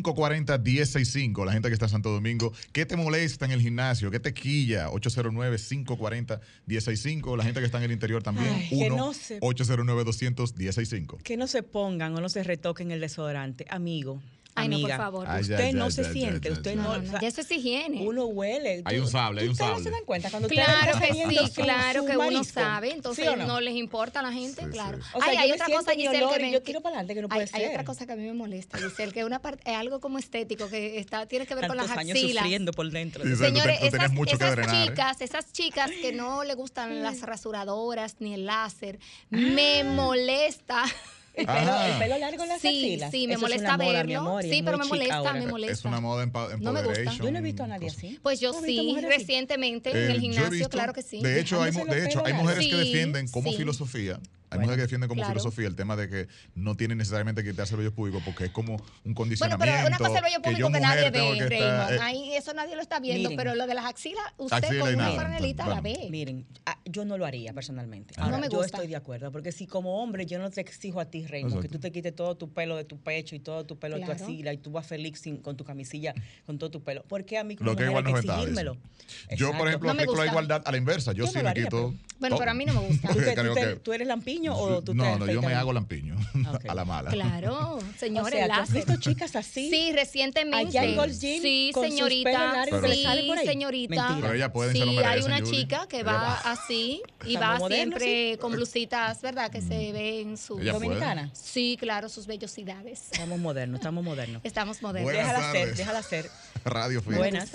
809-540-1065, la gente que está en Santo Domingo. ¿Qué te molesta en el gimnasio? ¿Qué te quilla? 809-540-1065, la gente que está en el interior también. Ay, que no se- 1-809-200-1065. Que no se pongan o no se retoquen el desodorante. Amigo, Ay, no, amiga. por favor. Ay, ya, Usted ya, no ya, se ya, siente, ya, usted ya. no... No, o no, sea, ya eso es higiene. Uno huele. Hay tú- un sable, hay un ustedes no se sable. dan cuenta cuando ustedes Claro están que viendo sí, su- claro su que uno marisco? sabe, entonces ¿Sí o no? no? les importa a la gente, Sí, claro. sí. O sea, Ay, yo hay me otra siento cosa, mi Giselle, olor que y me- yo tiro pa'lante, que no puede hay, hay ser. otra cosa que a mí me molesta, Giselle, que una parte, algo como estético que está tiene que ver Tantos con las años axilas. sufriendo por dentro. Sí, sí. Tú Señores, ten- tú tenías esas, mucho que esas drenar, ¿eh? chicas, esas chicas que no le Mm. gustan las rasuradoras ni el láser, Ah. me molesta. El, Ajá. pelo, el pelo largo en las Sí, axilas. sí, me Eso molesta es una moda, mi verlo. amor, y es Sí, pero muy me chic molesta, ahora. me molesta. Eh, Es una moda empower- No me gusta. empoderation. Yo no he visto a nadie así. Pues yo ¿Tú has visto sí, mujeres así? recientemente Eh, en el yo he gimnasio, visto- claro que sí. De hecho, hay, mu- Dejándose los de hecho, hay pelos mujeres que largos. defienden como Sí, sí. filosofía. Hay Bueno, mujeres que defienden como claro. filosofía el tema de que no tienen necesariamente que quitarse el vello público porque es como un Bueno, condicionamiento. pero una cosa es el bello que público yo que nadie mujer tengo ve, que estar, Raymond. eh, Ahí eso nadie lo está viendo, Miren. pero lo de las axilas, usted Axila con y una nada, franelita la bueno. ve. Miren, ah, yo no lo haría personalmente. Ah. Ahora, No me yo gusta. estoy de acuerdo, porque si como hombre yo no te exijo a ti, Raymond, que Exacto. tú te quites todo tu pelo de tu pecho y todo tu pelo de tu Claro. axila y tú vas feliz sin- con tu camisilla, con todo tu pelo. ¿Por qué a mí como Lo que mujer hay igual que no es ventaja, exigírmelo? Yo, por Exacto. ejemplo, No me aplico la gusta. igualdad a la inversa. Yo Yo sí no lo me haría, quito. Bueno, todo. pero a mí no me gusta. ¿Tú, te- tú Creo te- que- tú eres lampiño o tú te No, no, yo me afeitas? hago lampiño Ok. a la mala. Claro, señores, O sea, ¿tú has láser. visto chicas así? Sí, recientemente. Allá en Gold's Gym, sí, con sus pelos señorita. largos que le sí, sale por ahí. señorita. Mentira. Pero ellas pueden, sí, se lo merecen, hay una Julie. chica que Ellas va pueden. así y Estamos va modernos, siempre con blusitas, ¿verdad? Que Mm. se ven sus. Ellas pueden. Dominicana. Sí, claro, sus vellosidades. Estamos modernos, estamos modernos. Estamos modernos. Buenas déjala ser, tardes. déjala ser. Radio Fit. Buenas.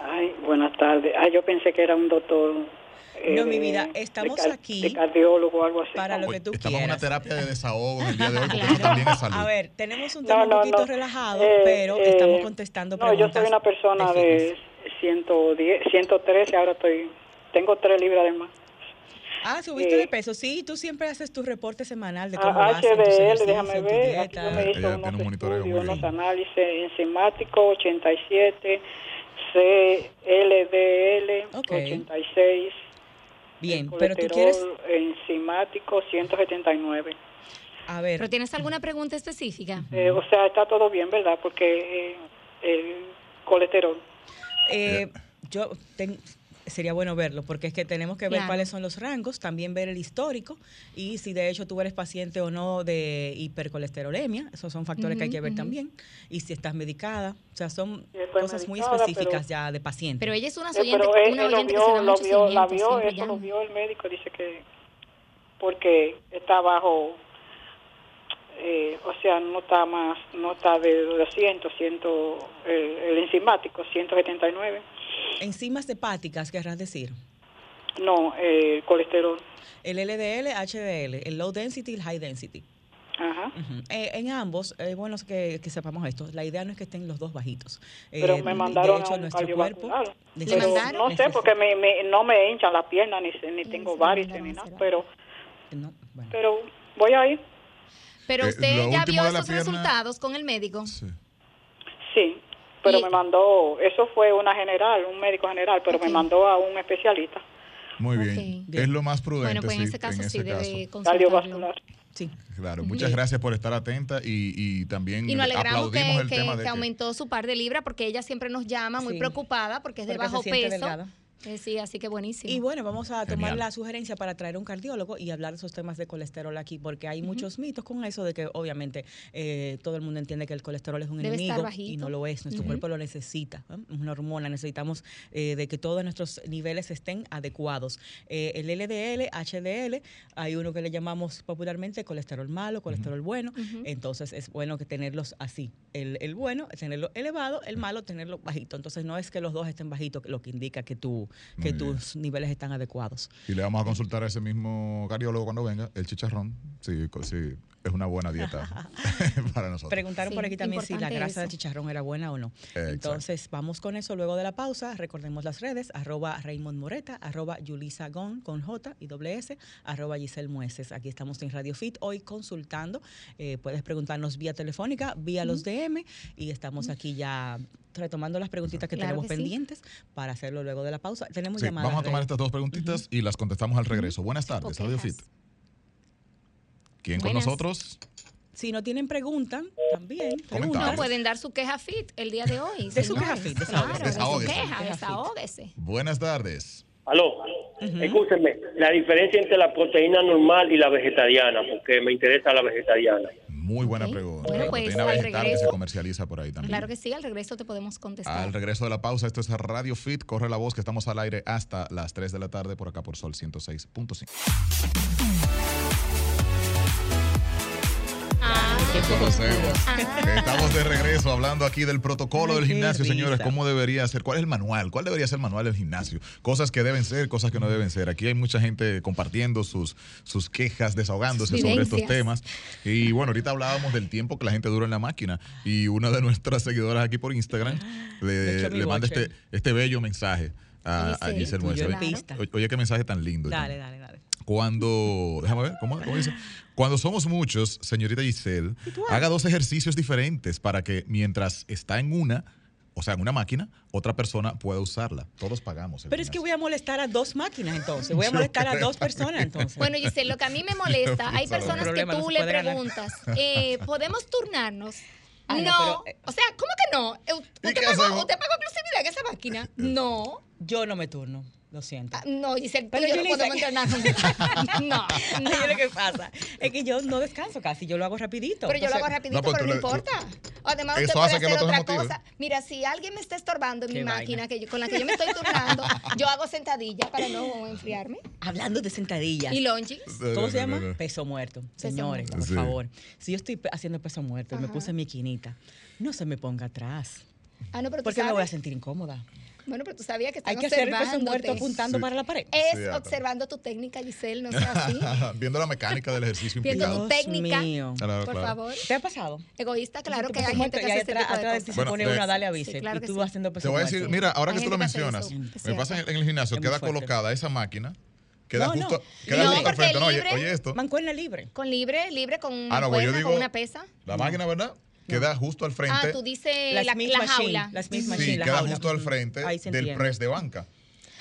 Ay, buenas tardes. Ay, yo pensé que era un doctor. eh, No, mi vida, estamos de car- aquí De cardiólogo o algo así. para lo Oye, que tú Estamos en una quieras. terapia de desahogo en el día de hoy porque Claro. eso también es salud. A ver, tenemos un No, tema no, un poquito no. relajado, Eh, pero eh, estamos contestando No, yo preguntas. soy una persona de fitness. 110, 113, ahora estoy, tengo 3 libras de más. Ah, subiste de eh, peso. Sí, tú siempre haces tu reporte semanal de A- cómo vas en tus HDL, ejercicios, Ah, déjame en tu ver, aquí dieta. yo me Ella hice tiene unos un monitoreo muy estudios, unos bien. análisis enzimáticos, 87, CLDL, Ok. 86, Bien, pero tú colesterol quieres... enzimático, 179. A ver, ¿Pero tienes alguna pregunta específica? Eh, o sea, está todo bien, ¿verdad? Porque eh, el colesterol. Eh, yo ten- sería bueno verlo, porque es que tenemos que ver Claro. cuáles son los rangos, también ver el histórico y si de hecho tú eres paciente o no de hipercolesterolemia, esos son factores que hay Ujú, que ver ujú. también, y si estás medicada, o sea, son estoy cosas muy medicada, específicas pero- ya de paciente. Pero ella es una Eh, oyente, pero él, una él lo oyente que se vio, da lo mucho vio, la seguimiento, vio, siempre eso lo llama. vio el médico, dice que porque está bajo, eh, o sea, no está más, no está de 200, 100, el, el enzimático, 179, Enzimas hepáticas, querrás decir, no, eh, colesterol, el LDL, HDL, el low density y el high density. ajá. Ujú. Eh, en ambos, eh, bueno es que, que sepamos esto, la idea no es que estén los dos bajitos. Pero Eh, me mandaron de hecho, a un nuestro cuerpo cardiovascular. ¿Le Pero necesita- no sé, necesita- porque me, me- no me hinchan las piernas, ni, ni tengo se varices, mandaron ni a nada, hacer pero, No, bueno. pero voy a ir, Pero Eh, usted lo ya último vio de la esos pierna- resultados con el médico. Sí. sí. Pero Y- me mandó, eso fue una general, un médico general, pero Ok. me mandó a un especialista Muy bien. Ok. Es lo más prudente. Bueno, pues en Este sí, ese caso en sí ese debe caso. consultarlo. cardiovascular. Sí. Claro, muchas Bien. gracias por estar atenta y, y también Y nos alegramos aplaudimos que, el que- tema de que que- aumentó su par de libras porque ella siempre nos llama muy Sí. preocupada porque es de Porque se bajo siente peso. delgada. Eh, sí, así que buenísimo. Y bueno, vamos a tomar Genial. la sugerencia para traer un cardiólogo y hablar de esos temas de colesterol aquí, porque hay muchos mitos con eso de que obviamente eh, todo el mundo entiende que el colesterol es un Debe estar enemigo y bajito. no lo es, nuestro Ujú. cuerpo lo necesita, ¿eh? es una hormona, necesitamos eh, de que todos nuestros niveles estén adecuados. Eh, el LDL, HDL, hay uno que le llamamos popularmente colesterol malo, colesterol bueno, Ujú. entonces es bueno que tenerlos así, el, el bueno, tenerlo elevado, el malo, tenerlo bajito, entonces no es que los dos estén bajitos, lo que indica que tú Muy que bien. tus niveles están adecuados. Y le vamos a consultar a ese mismo cardiólogo cuando venga, el chicharrón, si, co- si es una buena dieta para nosotros. Preguntaron Sí, por aquí también si la importante grasa de eso. chicharrón era buena o no. Exacto. Entonces, vamos con eso luego de la pausa. Recordemos las redes, arroba Raymond Moreta, arroba Yulisa Gon con J y doble S, arroba Giselle Mueces. Aquí estamos en Radio Fit, hoy consultando. Eh, puedes preguntarnos vía telefónica, vía los DM y estamos aquí ya retomando las preguntitas que Claro tenemos que sí. pendientes para hacerlo luego de la pausa. Tenemos Sí, llamadas. vamos a tomar Rey. estas dos preguntitas y las contestamos al regreso. Buenas tardes, Poquetas. Radio Fit. ¿Quién Buenas. con nosotros? Si no tienen, preguntan también. Comentarios. No, pues. Preguntan. pueden dar su queja fit el día de hoy. De su señores. queja fit, desahógese. Claro, de su Desahógese. queja, Queja fit. desahógese. Buenas tardes. Aló, escúcheme, la diferencia entre la proteína normal y la vegetariana, porque me interesa la vegetariana. Muy buena Ok. pregunta. Bueno, La pues, proteína al vegetal que se regreso- comercializa por ahí también. Claro que sí, al regreso te podemos contestar. Al regreso de la pausa, esto es Radio Fit, corre la voz que estamos al aire hasta las 3 de la tarde por acá por Sol 106.5. Ah, Lo conocemos. Estamos de regreso hablando aquí del protocolo Ay, del qué gimnasio, señores. risa. ¿Cómo debería ser? ¿Cuál es el manual? ¿Cuál debería ser el manual del gimnasio? Cosas que deben ser, cosas que no deben ser. Aquí hay mucha gente compartiendo sus, sus quejas, desahogándose Sus sobre estos temas. vivencias. Y bueno, ahorita hablábamos del tiempo que la gente dura en la máquina. Y una de nuestras seguidoras aquí por Instagram De le, hecho, mi le manda Watcher. este, este bello mensaje a, a Giselle. Giselle Tuyo Muestra. en pista. Oye, Oye, qué mensaje tan lindo. Dale, dale, dale. Cuando, déjame ver, ¿cómo, cómo dice? Cuando somos muchos, señorita Giselle, haga dos ejercicios diferentes para que mientras está en una, o sea, en una máquina, otra persona pueda usarla. Todos pagamos. el Pero es que gimnasio. voy a molestar a dos máquinas entonces. Voy a Yo molestar a creo dos personas entonces. Bueno, Giselle, lo que a mí me molesta, hay Piénsalo. personas que Problema, no tú se le puede ganar. preguntas, eh, ¿podemos turnarnos? Ay, no, no, pero, eh. o sea, ¿cómo que no? Eh, ¿Y ¿Usted qué pagó, hacemos? Eh. usted pagó exclusividad en esa máquina? No, Yo no me turno, lo siento. Ah, no, Giselle, Pero pero yo yo no le puedo hice- turnar nunca. No, no. Mira lo que pasa. Es que yo no descanso casi, yo lo hago rapidito. Pero yo lo Entonces, hago rapidito, No, pues pero no tú le- importa. Además, Eso usted puede hace que hacer no otra te motive. cosa. Mira, si alguien me está estorbando en Qué mi vaina. máquina que yo- con la que yo me estoy turnando, yo hago sentadilla para no enfriarme. Hablando de sentadillas. Y longis. ¿Cómo No, no, se llama? no, no. Peso muerto. Señores, muerto. por Sí. favor. Si yo estoy pe- haciendo peso muerto y me Ajá. puse mi quinita, no se me ponga atrás. Ah, no, pero tú Porque me voy a sabes. sentir incómoda. Bueno, pero tú sabías que están Hay que hacer el peso muerto observándote. Eh, apuntando Sí. para la pared. Es Sí, Ana. observando tu técnica, Giselle, no sea así. Viendo la mecánica del ejercicio Viendo implicado. tu técnica. mío. Claro, Por Ah, claro. favor. ¿Te ha pasado? Egoísta, claro Tú que hay peso muerto gente que y hace ahí ese atrás, tipo de atrás de ti cosas. se Bueno, pone de- uno, dale a Sí, bíceps. claro y que tú sí. haciendo peso Te voy a muerto. decir, mira, ahora Hay que tú lo gente pues, que hace mencionas, eso. Es me pasa cierto. en el gimnasio, Es muy queda fuerte. colocada esa máquina, queda No, no. justo, queda No, justo al porque frente. No, oye, libre- oye esto, Mancuerna libre. Con libre, libre, con una Ah, no, pues yo cuerda, digo- con una pesa. la máquina, ¿verdad? Queda justo al frente. Ah, tú dices la, la Smith Machine, jaula. la Smith Sí, Machine, la queda jaula. justo al Ujú. frente Ahí se del entiende. press de banca.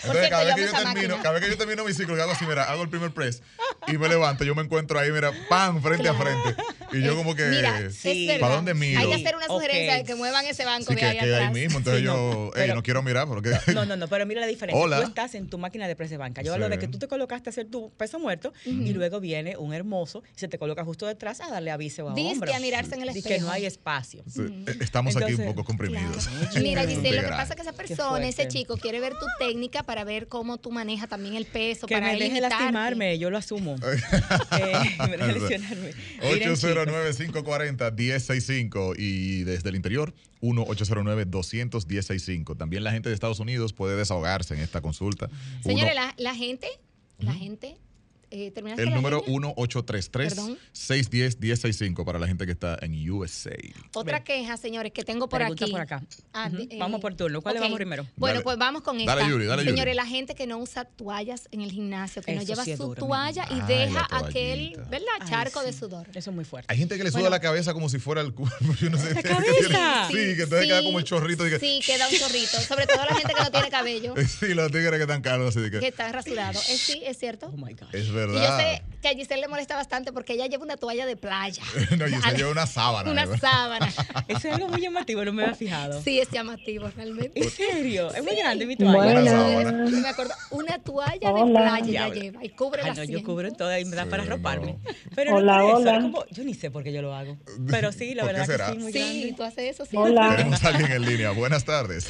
Por Entonces, cierto, cada, vez que yo amo yo esa termino, máquina. cada vez que yo termino mi ciclo, que hago así, mira, hago el primer press y me levanto, yo me encuentro ahí, mira, ¡pam! frente a frente. Y yo como que... Mira, Sí. es verdad. ¿Para dónde miro? Hay que hacer una Ok. sugerencia de que muevan ese banco sí, de que ahí que ahí atrás. mismo. Entonces Sí, yo, no, "Ey, pero- no quiero mirar porque... No, no, no, pero mira la diferencia. Hola. Tú estás en tu máquina de press de banca. Yo hablo Sí. de que tú te colocaste a hacer tu peso muerto y luego viene un hermoso y se te coloca justo detrás a darle aviso a Dizque hombro. a mirarse en el Dice que espejo. no hay espacio. Sí, eh, Estamos aquí Entonces, un poco comprimidos. Claro. Mira, Giselle, lo que Integral. pasa es que esa persona, fuerte. ese chico, quiere ver tu técnica para ver cómo tú manejas también el peso, Que para me él deje imitarte. lastimarme, yo lo asumo. Eh, me deje lesionarme. Miren, chicos. 809-540-1065 y desde el interior 1-809-200-1065. También la gente de Estados Unidos puede desahogarse en esta consulta. Señores, Uno- la, la gente, la gente, eh, ¿terminaste el la número línea? 1-833-610-1065 para la gente que está en USA. Otra queja, señores, que tengo por Pregunta aquí. por acá. Ah, Ujú. de- eh, Vamos por turno. ¿Cuál le ok. vamos primero? Bueno, Dale. pues vamos con esta. Dale, Yuri, dale, Yuri. Señores, la gente que no usa toallas en el gimnasio, que no Eso lleva sí es su duro, mi toalla y amor. Ay, deja la aquel, toallita. ¿verdad? Ay, Ah, Charco de sí. sudor. Eso es muy fuerte. Hay gente que le suda Bueno. la cabeza como si fuera el cuerpo. Yo no sé, ¡La que tiene- cabeza! sí, que entonces sí, queda como el chorrito. Y que, Sí, queda un chorrito. Sobre todo la gente que no tiene cabello, Sí, los tigres que están calvos. Así de que que, está rasurado. Eh, sí, es cierto. Oh my God. es Y yo sé verdad. que a Giselle le molesta bastante porque ella lleva una toalla de playa. No, yo sé, lleva una sábana. Una ¿verdad? sábana. Eso es algo muy llamativo, no me había fijado. Sí, es llamativo realmente. ¿En serio? Es muy grande mi toalla. Una Buenas. sábana. Yo me acuerdo, una toalla de Hola. playa ella Diablo. lleva y cubre Ay, la no, yo sien. cubro toda y me da Sí, para no. roparme. Pero no Hola, por eso, es hola. como- yo ni sé por qué yo lo hago. Pero sí, la ¿Por qué verdad que será? sí, muy Sí, grande. tú haces eso, sí. Hola, Tenemos a alguien en línea. Buenas tardes.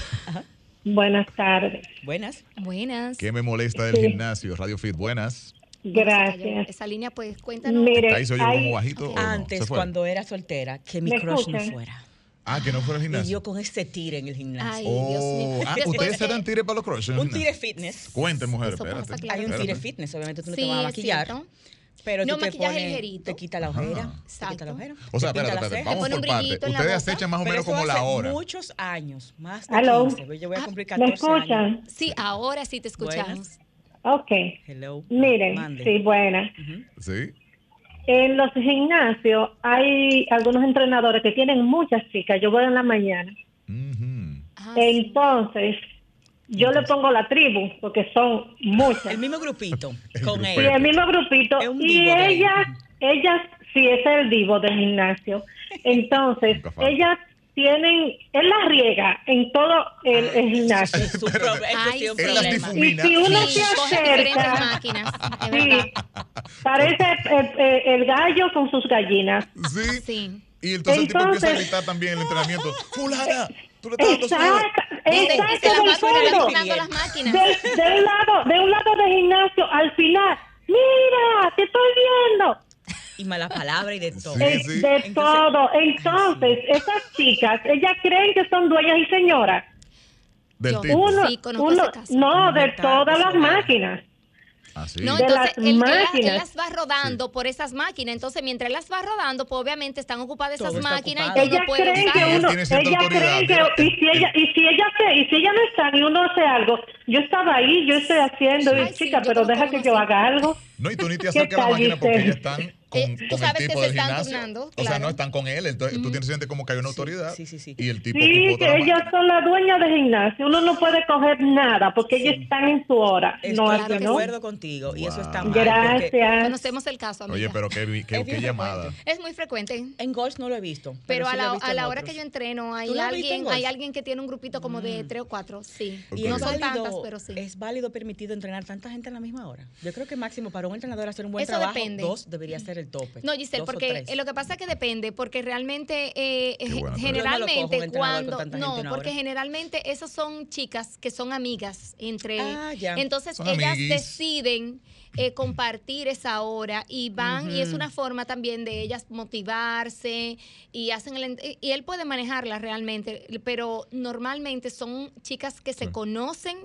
buenas tardes. Buenas. Buenas. ¿Qué me molesta del Sí. gimnasio? Radio Fit, buenas. Gracias. Esa línea, pues, cuéntanos. Mire, Ahí se oye hay- como bajito. o no? Oh, ¿Se Antes, fue? cuando era soltera, que mi ¿Me crush no escuchan? fuera. Ah, que no fuera al Y yo gimnasio. con ese tire en el Ay, gimnasio. Oh, Dios mío. ah, Después ustedes de- se dan tire para los crushes. un tire fitness. Cuente, mujer, Eso pasa, espérate. claro. Hay un tire Espérate. fitness, obviamente tú no Sí, te vas a es maquillar. cierto. Pero no tú te maquillaje pones- ligerito. te quita la Ajá. ojera. Te Exacto. quita la ojera. Ah. O sea, espérate, te pinta la espérate, ceja. vamos pone un por parte. brillito en la Ustedes boca. acechan más o Pero menos eso como la hace hora. Muchos años, más de Aló. 15. Yo voy a cumplir 14 ¿Me años. escuchan? Sí, ahora sí te escuchamos. Ok. Hello. Miren, Mande. sí, buena. Ujú. Sí. En los gimnasios hay algunos entrenadores que tienen muchas chicas. Yo voy en la mañana. Ujú. Ah, Ajá, Ah, sí. Entonces, yo le pongo la tribu porque son muchas. El mismo grupito El con Y grupero. él. el mismo grupito. Es un Y divo de ahí. ellas, ellas, sí, es el divo del gimnasio. Entonces, Nunca falta. ellas tienen, él las riega en todo el, el gimnasio. Ah, Es su pro- ese Ay, sí es un Él las problema. Y difumina. si uno Sí, se coge diferentes acerca, máquinas, es verdad. sí, parece eh, eh, el gallo con sus gallinas. Sí. Ah, Sí. Y entonces el tipo empieza a Entonces- gritar también en el entrenamiento. Fulana, tú le estás dando suelo. Exacto, Se, se exacto, la va- se la del van fondo. quitando las máquinas. De, de un lado, de un lado de gimnasio, al final, mira, te estoy viendo. Y mala palabra y de todo. Sí, Eh, sí. De Entonces- todo. Entonces, esas chicas, ellas creen que son dueñas y señoras. Del Yo- tipo. Uno, Sí, conozco uno, ese caso. no, de Conozco todas ese las caso. máquinas. Así. No, De entonces las él, él- máquinas. él las va rodando por esas máquinas. Entonces, mientras él las va rodando, pues obviamente están ocupadas esas Todo está máquinas ocupado. y tú Ellas no puedes creen que usar. uno, Tiene cierta ellas autoridad, creen que, y si ella, y si ella se- y si ella no está y uno hace algo, yo estaba ahí, yo estoy haciendo, Ay, y, sí, chica, yo pero conozco deja que uno yo así. haga algo. No, y tú ni te ¿Qué acercas a la tal, máquina porque Giselle? ellas están con, Eh, tú con el sabes que tipo se del están gimnasio. turnando, O sea, claro. Mm. no están con él. Entonces, tú tienes sientes como que hay una autoridad. sí, sí, sí. Y el tipo Sí, ocupó que otra ellas máquina. son las dueñas de gimnasio. Uno no puede coger nada porque ellas están en su hora. no, Estoy algo, de ¿no? acuerdo contigo y eso está Wow. mal. porque Gracias. Conocemos el caso, amiga. Oye, pero qué, vi- qué, Es qué bien llamada. frecuente. Es muy frecuente. En golf no lo he visto. Pero, sí a lo he la, visto a en la hora otros. Mm. que yo entreno, hay ¿Tú la has visto en alguien, golf? hay alguien que tiene un grupito como de tres o cuatro. Sí. Ok. Y No es son válido, tantas, pero sí. es válido permitido entrenar tanta gente en la misma hora. Yo creo que máximo para un entrenador hacer un buen Eso trabajo, depende. dos debería ser el tope. No, Giselle, Dos o porque tres. eh, lo que pasa es que depende, porque realmente, eh, Qué bueno, pero- Yo no lo cojo, generalmente, un entrenador con cuando. tanta No, gente porque ahora. generalmente esas son chicas que son amigas entre. Ah, ya. Entonces, Son ellas amiguis. deciden eh, compartir esa hora y van, y es Ujú. una forma también de ellas motivarse y hacen el. ent- Y él puede manejarla realmente, pero normalmente son chicas que se Sí. conocen.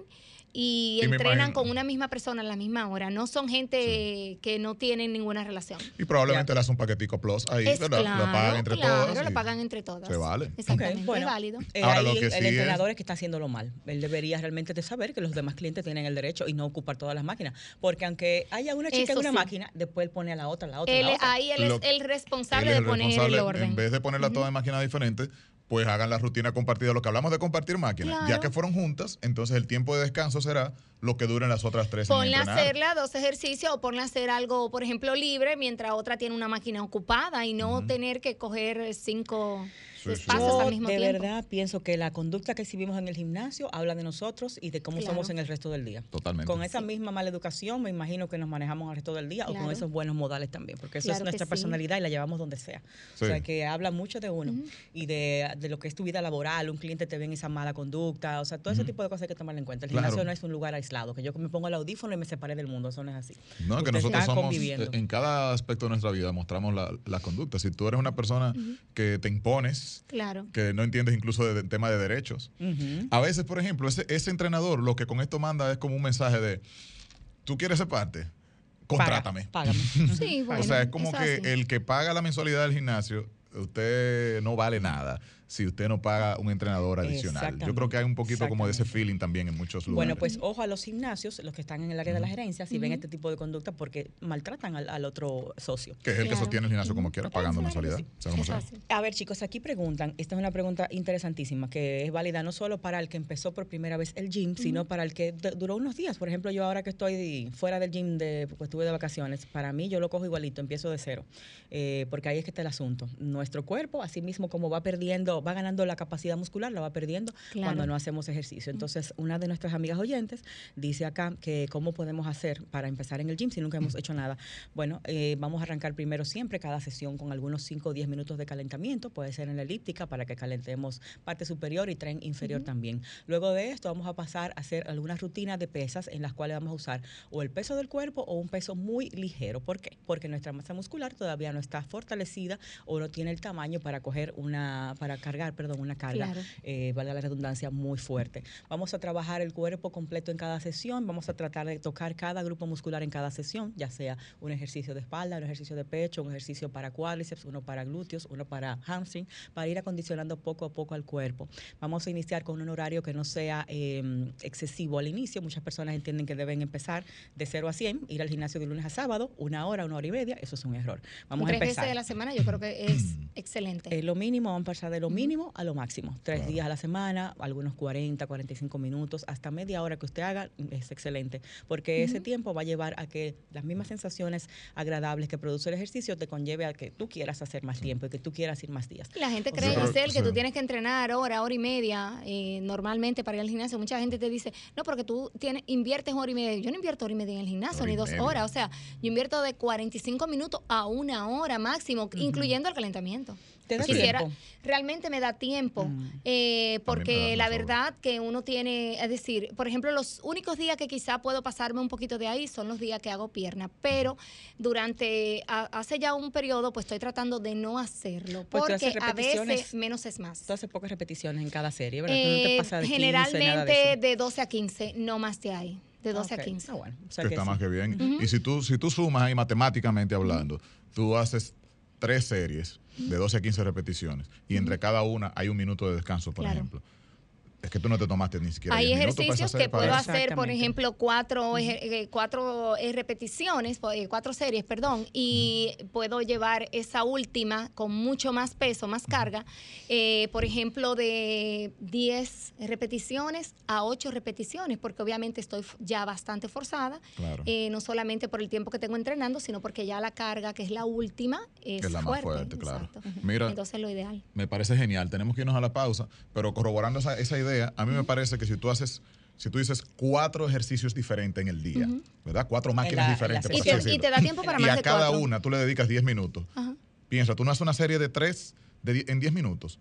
Y, Y me entrenan imagino- con una misma persona a la misma hora. No son gente que no tienen ninguna relación. Y probablemente le hace un paquetico plus ahí, Es ¿verdad? claro, lo pagan entre claro, todas. lo y- pagan entre todas. Se vale. Exactamente, Ok, bueno. es válido. Eh, Ahora, ahí lo que el, el sí es- entrenador es que está haciéndolo mal. Él debería realmente de saber que los demás clientes tienen el derecho y no ocupar todas las máquinas. Porque aunque haya una chica Eso en una sí. máquina, después él pone a la otra, la otra, Él, la otra. ahí él Lo- es el responsable Él es de poner responsable, el orden. En vez de ponerla toda en máquinas diferentes, pues hagan la rutina compartida. Lo que hablamos de compartir máquinas, ya Claro. que fueron juntas, entonces el tiempo de descanso será lo que duren las otras tres. en Ponle a entrenar. hacerla dos ejercicios o ponle a hacer algo, por ejemplo, libre, mientras otra tiene una máquina ocupada y no tener que coger cinco Sí, sí. espacios al Yo, mismo Oh, de tiempo. verdad pienso que la conducta que exhibimos en el gimnasio habla de nosotros y de cómo Claro. somos en el resto del día. Totalmente. Con esa misma maleducación me imagino que nos manejamos el resto del día o Claro. con esos buenos modales también, porque eso es Claro que nuestra sí. personalidad y la llevamos donde sea. Sí. O sea, que habla mucho de uno y de, de lo que es tu vida laboral, un cliente te ve en esa mala conducta, o sea, todo ese tipo de cosas hay que tomar en cuenta. El Claro. gimnasio no es un lugar aislado, que yo me pongo el audífono y me separé del mundo, eso no es así. No, que Ustedes nosotros están somos, conviviendo. eh, en cada aspecto de nuestra vida mostramos la, la conducta. Si tú eres una persona que te impones, Claro. que no entiendes incluso de, de tema de derechos, Ujú. a veces, por ejemplo, ese, ese entrenador lo que con esto manda es como un mensaje de, tú quieres ser parte, contrátame. Págame. Sí, bueno, o sea, es como eso que así. el que paga la mensualidad del gimnasio, usted no vale nada si usted no paga un entrenador adicional. Yo creo que hay un poquito como de ese feeling también en muchos lugares. Bueno, pues ojo a los gimnasios, los que están en el área de la gerencia, si ven este tipo de conducta porque maltratan al, al otro socio. que es el que Claro. sostiene el gimnasio como quiera, pagando Claro que mensualidad. sí. sea como Eso sea. así. A ver, chicos, aquí preguntan, esta es una pregunta interesantísima que es válida no solo para el que empezó por primera vez el gym, sino para el que du- duró unos días. Por ejemplo, yo ahora que estoy fuera del gym, de, porque estuve de vacaciones, para mí yo lo cojo igualito, empiezo de cero, Eh, porque ahí es que está el asunto. Nuestro cuerpo, así mismo como va perdiendo, va ganando la capacidad muscular, la va perdiendo Claro. cuando no hacemos ejercicio. Entonces, una de nuestras amigas oyentes dice acá que cómo podemos hacer para empezar en el gym si nunca hemos hecho nada. Bueno, eh, vamos a arrancar primero siempre cada sesión con algunos 5 o 10 minutos de calentamiento, puede ser en la elíptica para que calentemos parte superior y tren inferior también. Luego de esto vamos a pasar a hacer algunas rutinas de pesas en las cuales vamos a usar o el peso del cuerpo o un peso muy ligero. ¿Por qué? Porque nuestra masa muscular todavía no está fortalecida o no tiene el tamaño para coger una, para cargar, perdón, una carga, Claro. eh, valga la redundancia, muy fuerte. Vamos a trabajar el cuerpo completo en cada sesión, vamos a tratar de tocar cada grupo muscular en cada sesión, ya sea un ejercicio de espalda, un ejercicio de pecho, un ejercicio para cuádriceps, uno para glúteos, uno para hamstring, para ir acondicionando poco a poco al cuerpo. Vamos a iniciar con un horario que no sea eh, excesivo al inicio. Muchas personas entienden que deben empezar de 0 a 100, ir al gimnasio de lunes a sábado, una hora, una hora y media. Eso es un error. Vamos Tres a empezar. veces a la semana yo creo que es Mm. excelente. Eh, lo mínimo, vamos a pasar de lo Ujú. mínimo a lo máximo. Tres Claro. días a la semana, algunos 40, 45 minutos, hasta media hora que usted haga, es excelente. Porque ese Ujú. tiempo va a llevar a que las mismas sensaciones agradables que produce el ejercicio te conlleve a que tú quieras hacer más tiempo y que tú quieras ir más días. La gente O cree, sea, pero- Giselle, que o sea- tú tienes que entrenar hora, hora y media eh, normalmente para ir al gimnasio. Mucha gente te dice, no, porque tú tienes, inviertes hora y media. Yo no invierto hora y media en el gimnasio, Hora y ni dos media. horas. O sea, yo invierto de 45 minutos a una hora máximo, incluyendo el calentamiento. Te da Sí. Quisiera, tiempo. realmente me da tiempo, Mm. eh, porque También me da la más verdad que uno tiene, es decir, por ejemplo, los únicos días que quizá puedo pasarme un poquito de ahí son los días que hago pierna, pero durante, a- hace ya un periodo, pues estoy tratando de no hacerlo, Pues tú porque haces a repeticiones. veces menos es más. Tú haces pocas repeticiones en cada serie, ¿verdad? Tú no te Eh, pasa de 15, nada de generalmente eso. de, 12 a 15, no más de ahí, de 12 Ok. a 15. Ah, bueno. O sea que que está sí. más que bien. Ujú. Y si tú, si tú sumas ahí matemáticamente hablando, tú haces tres series de 12 a 15 repeticiones y entre cada una hay un minuto de descanso, por Claro. ejemplo. Es que tú no te tomaste ni siquiera Hay 10 minutos para ejercicios hacer- que para puedo eso. hacer, por Exactamente. ejemplo, cuatro, ejer- eh, cuatro eh, repeticiones, po- eh, cuatro series, perdón, y puedo llevar esa última con mucho más peso, más carga, eh, por ejemplo, de 10 repeticiones a 8 repeticiones, porque obviamente estoy f- ya bastante forzada, Claro. eh, no solamente por el tiempo que tengo entrenando, sino porque ya la carga, que es la última, es, Que es la más fuerte. fuerte, claro. exacto. Mira, Entonces, lo ideal. me parece genial. Tenemos que irnos a la pausa, pero corroborando esa, esa idea, a mí me parece que si tú haces, si tú dices cuatro ejercicios diferentes en el día, Ujú. ¿verdad? Cuatro máquinas la- en diferentes. la por Y Pues así te, y decirlo. te da tiempo para y más a de cada cuatro. Ah. una tú le dedicas 10 minutos. Ajá. Piensa, tú no haces una serie de tres de die- en 10 minutos.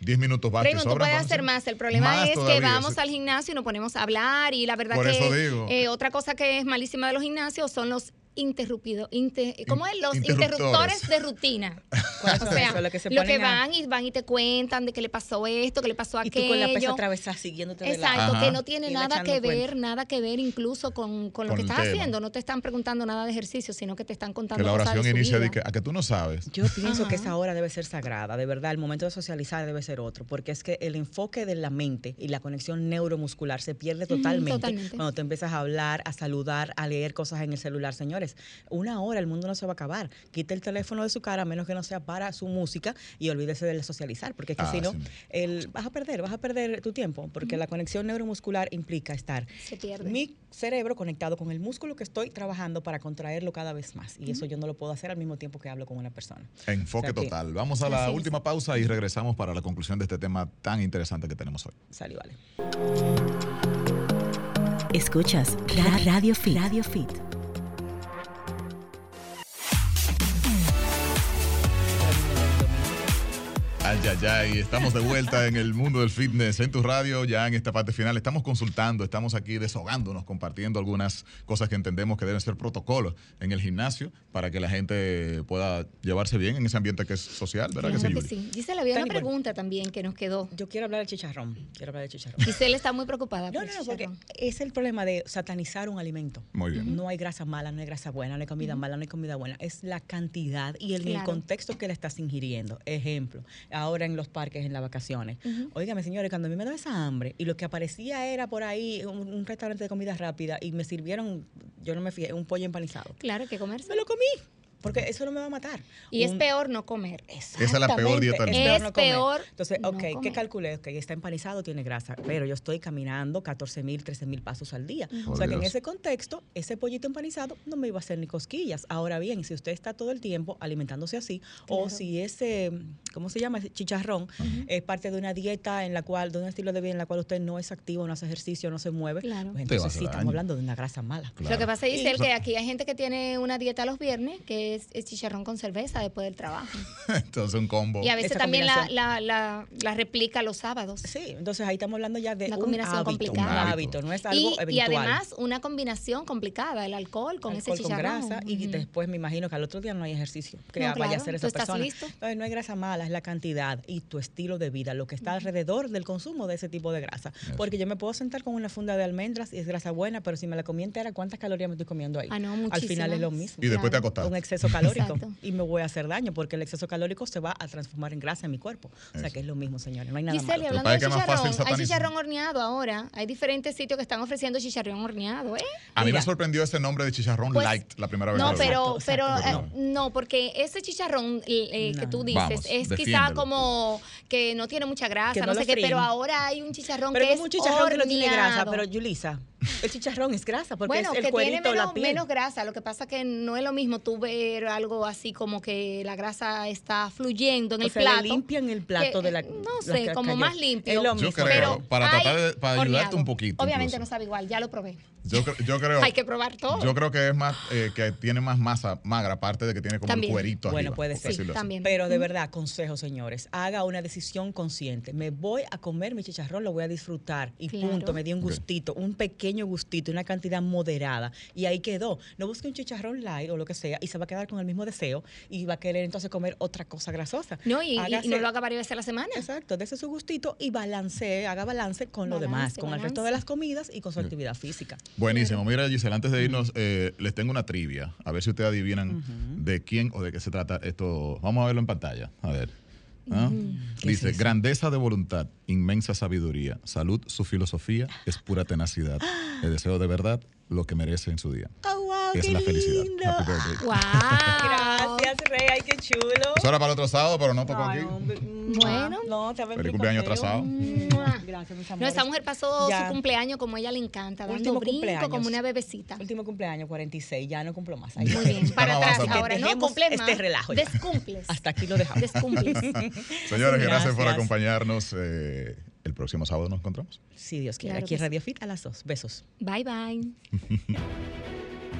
10 minutos basta. Raymond, tú sobran puedes para hacer más. El problema Más es todavía, que vamos sí. al gimnasio y nos ponemos a hablar y la verdad Por que eso digo. eh, otra cosa que es malísima de los gimnasios son los interrumpidos, inter- ¿cómo es? Los interruptores. interruptores de rutina. ¿Cuáles O son sea, esos? Los que se lo ponen que a- van y van y te cuentan de que le pasó esto, que le pasó Y aquello. tú con la pesa atravesada siguiéndote de la... Ah, Exacto, Ajá. que no tiene Y la nada echando que ver, cuenta. nada que ver incluso con, con lo Con que el estás tema. haciendo. No te están preguntando nada de ejercicio, sino que te están Que contando la cosas de oración su inicia de vida. que a que tú no sabes. Yo pienso que Ajá. esa hora debe ser sagrada, de verdad, el momento de socializar debe ser otro, porque es que el enfoque de la mente y la conexión neuromuscular se pierde Ujú, totalmente, totalmente. cuando tú empiezas a hablar, a saludar, a leer cosas en el celular. Señores, una hora el mundo no se va a acabar. Quita el teléfono de su cara, a menos que no sea para su música, y olvídese de socializar, porque es que Ah, si no, sí. el, vas a perder, vas a perder tu tiempo, porque la conexión neuromuscular implica estar Se pierde. mi cerebro conectado con el músculo que estoy trabajando para contraerlo cada vez más. Y eso yo no lo puedo hacer al mismo tiempo que hablo con una persona. Enfoque O sea que- total. Vamos a la Así es. última pausa y regresamos para la conclusión de este tema tan interesante que tenemos hoy. Salí, vale. Escuchas Ra- Radio Fit. Radio Fit. Ay, ay, ay, estamos de vuelta en el mundo del fitness, en tu radio, ya en esta parte final. Estamos consultando, estamos aquí desahogándonos, compartiendo algunas cosas que entendemos que deben ser protocolos en el gimnasio para que la gente pueda llevarse bien en ese ambiente que es social, ¿verdad? Claro que Yuli? sí. Giselle, había una Tal y cual. pregunta también que nos quedó. Yo quiero hablar del chicharrón. Quiero hablar del chicharrón. Giselle está muy preocupada. pues, No, por no, el no, porque chicharrón. es el problema de satanizar un alimento. Muy bien. No hay grasa mala, no hay grasa buena, no hay comida mala, no hay comida buena. Es la cantidad y el, y el Claro. contexto que la estás ingiriendo. Ejemplo, ahora en los parques, en las vacaciones. Óigame, señores, cuando a mí me daba esa hambre y lo que aparecía era por ahí un, un restaurante de comida rápida y me sirvieron, yo no me fijé, un pollo empanizado. Claro, hay que comerse. Me lo comí, porque eso no me va a matar. Y es Un- peor no comer. es la peor dieta del mundo. Exactamente, es no comer. Es peor Entonces, no ok, ¿qué comer. calculé? Ok, está empanizado, tiene grasa, pero yo estoy caminando 14 mil, 13 mil pasos al día. Por o sea que en Dios. ese contexto, ese pollito empanizado no me iba a hacer ni cosquillas. Ahora bien, si usted está todo el tiempo alimentándose así, o Claro. si ese, ¿cómo se llama? Ese chicharrón Pues, es parte de una dieta en la cual, de un estilo de vida en la cual usted no es activo, no hace ejercicio, no se mueve, Claro. pues Te va a entonces hacer sí estamos daño. hablando de una grasa mala. Claro. Lo que pasa, Giselle, Eso- que aquí hay gente que tiene una dieta los viernes, que es, es chicharrón con cerveza después del trabajo. Entonces un combo. Y a veces Esa también la, combinación. la, la, la replica los sábados. Sí, entonces ahí estamos hablando ya de Una un combinación hábito, complicada. Un hábito, no es algo y, eventual. y además una combinación complicada, el alcohol con ese Alcohol con chicharrón. grasa y Ujú. después me imagino que al otro día no hay ejercicio que No, vaya a claro, hacer tú esa estás persona. listo. Entonces no es grasa mala, es la cantidad y tu estilo de vida, lo que está alrededor del consumo de ese tipo de grasa. Porque yo me puedo sentar con una funda de almendras y es grasa buena, pero si me la comí entera, ¿cuántas calorías me estoy comiendo ahí? Ah, no, al final es lo muchísimas. mismo. y después te claro, acostás. Un exceso calórico Exacto. y me voy a hacer daño porque el exceso calórico se va a transformar en grasa en mi cuerpo. O sea Eso. que es lo mismo, señores. No hay nada Giselle, y malo. Lo que hablando pasa de es que es más fácil chicharrón, hay satanizar. chicharrón horneado ahora. Hay diferentes sitios que están ofreciendo chicharrón horneado, ¿eh? A mí Mira. me sorprendió ese nombre de chicharrón Pues, light la primera vez No, que lo vi. pero, Exacto, pero exacto. eh, no, porque ese chicharrón eh, No, que tú no. dices Vamos, es quizá defiéndelo. como que no tiene mucha grasa, Que no no, lo sé qué, pero fríen. ahora hay un chicharrón Pero que es es un chicharrón que no tiene grasa, horneado. pero Yulisa, el chicharrón es grasa porque bueno, es el que cuerito, tiene menos, la piel. menos grasa, lo que pasa que no es lo mismo tú ver algo así como que la grasa está fluyendo en O el sea, le plato. limpian el plato que, de la eh, la No sé, que como cayó. más limpio. Es lo Yo mismo. creo, Pero, para hay tratar de- para ayudarte horneado. un poquito, Obviamente incluso. no sabe igual, ya lo probé. Yo, cre- yo creo. Hay que probar todo. Yo creo que es más eh, que tiene más masa magra, aparte de que tiene como También. el cuerito Bueno, arriba, puede por ser. decirlo así. También. pero de verdad, consejo, señores, haga una decisión consciente. Me voy a comer mi chicharrón, lo voy a disfrutar y Claro. punto. Me di un Ok. gustito, un pequeño gustito, una cantidad moderada y ahí quedó. No busque un chicharrón light o lo que sea y se va a quedar con el mismo deseo y va a querer entonces comer otra cosa grasosa. No, y, y- y Hágase- no lo haga varias veces a la semana. Exacto, dése su gustito y balance, haga balance con lo demás, Balance, con el resto balance. de las comidas y con su actividad física. Buenísimo. Mira, Giselle, antes de irnos, eh, les tengo una trivia. A ver si ustedes adivinan de quién o de qué se trata esto. Vamos a verlo en pantalla. A ver. ¿Ah? ¿Qué Dice, es eso? grandeza de voluntad, inmensa sabiduría, salud, su filosofía es pura tenacidad, el deseo de verdad, lo que merece en su día. Oh, wow, es qué la felicidad. lindo. Happy birthday. ¡Wow! Gracias, Rey, ay, qué chulo. Eso era para el otro sábado, pero no para Ay, aquí. hombre, mm, Bueno. no, te Feliz cumpleaños atrasado. Mua. Gracias, mis amores. No, esa mujer pasó Ya. su cumpleaños como a ella le encanta, dando Último brinco cumpleaños. como una bebecita. Último cumpleaños, 46, ya no cumplo más. Ahí Muy está. bien, para no atrás avanzando. ahora. No Dejemos cumples este más. relajo ya. Descumples. Hasta aquí lo dejamos. Descumples. Señores, gracias, por Gracias. acompañarnos. eh, el próximo sábado nos encontramos. Si Dios quiere, Claro aquí que en sí. Radio Fit a las dos. Besos. Bye, bye.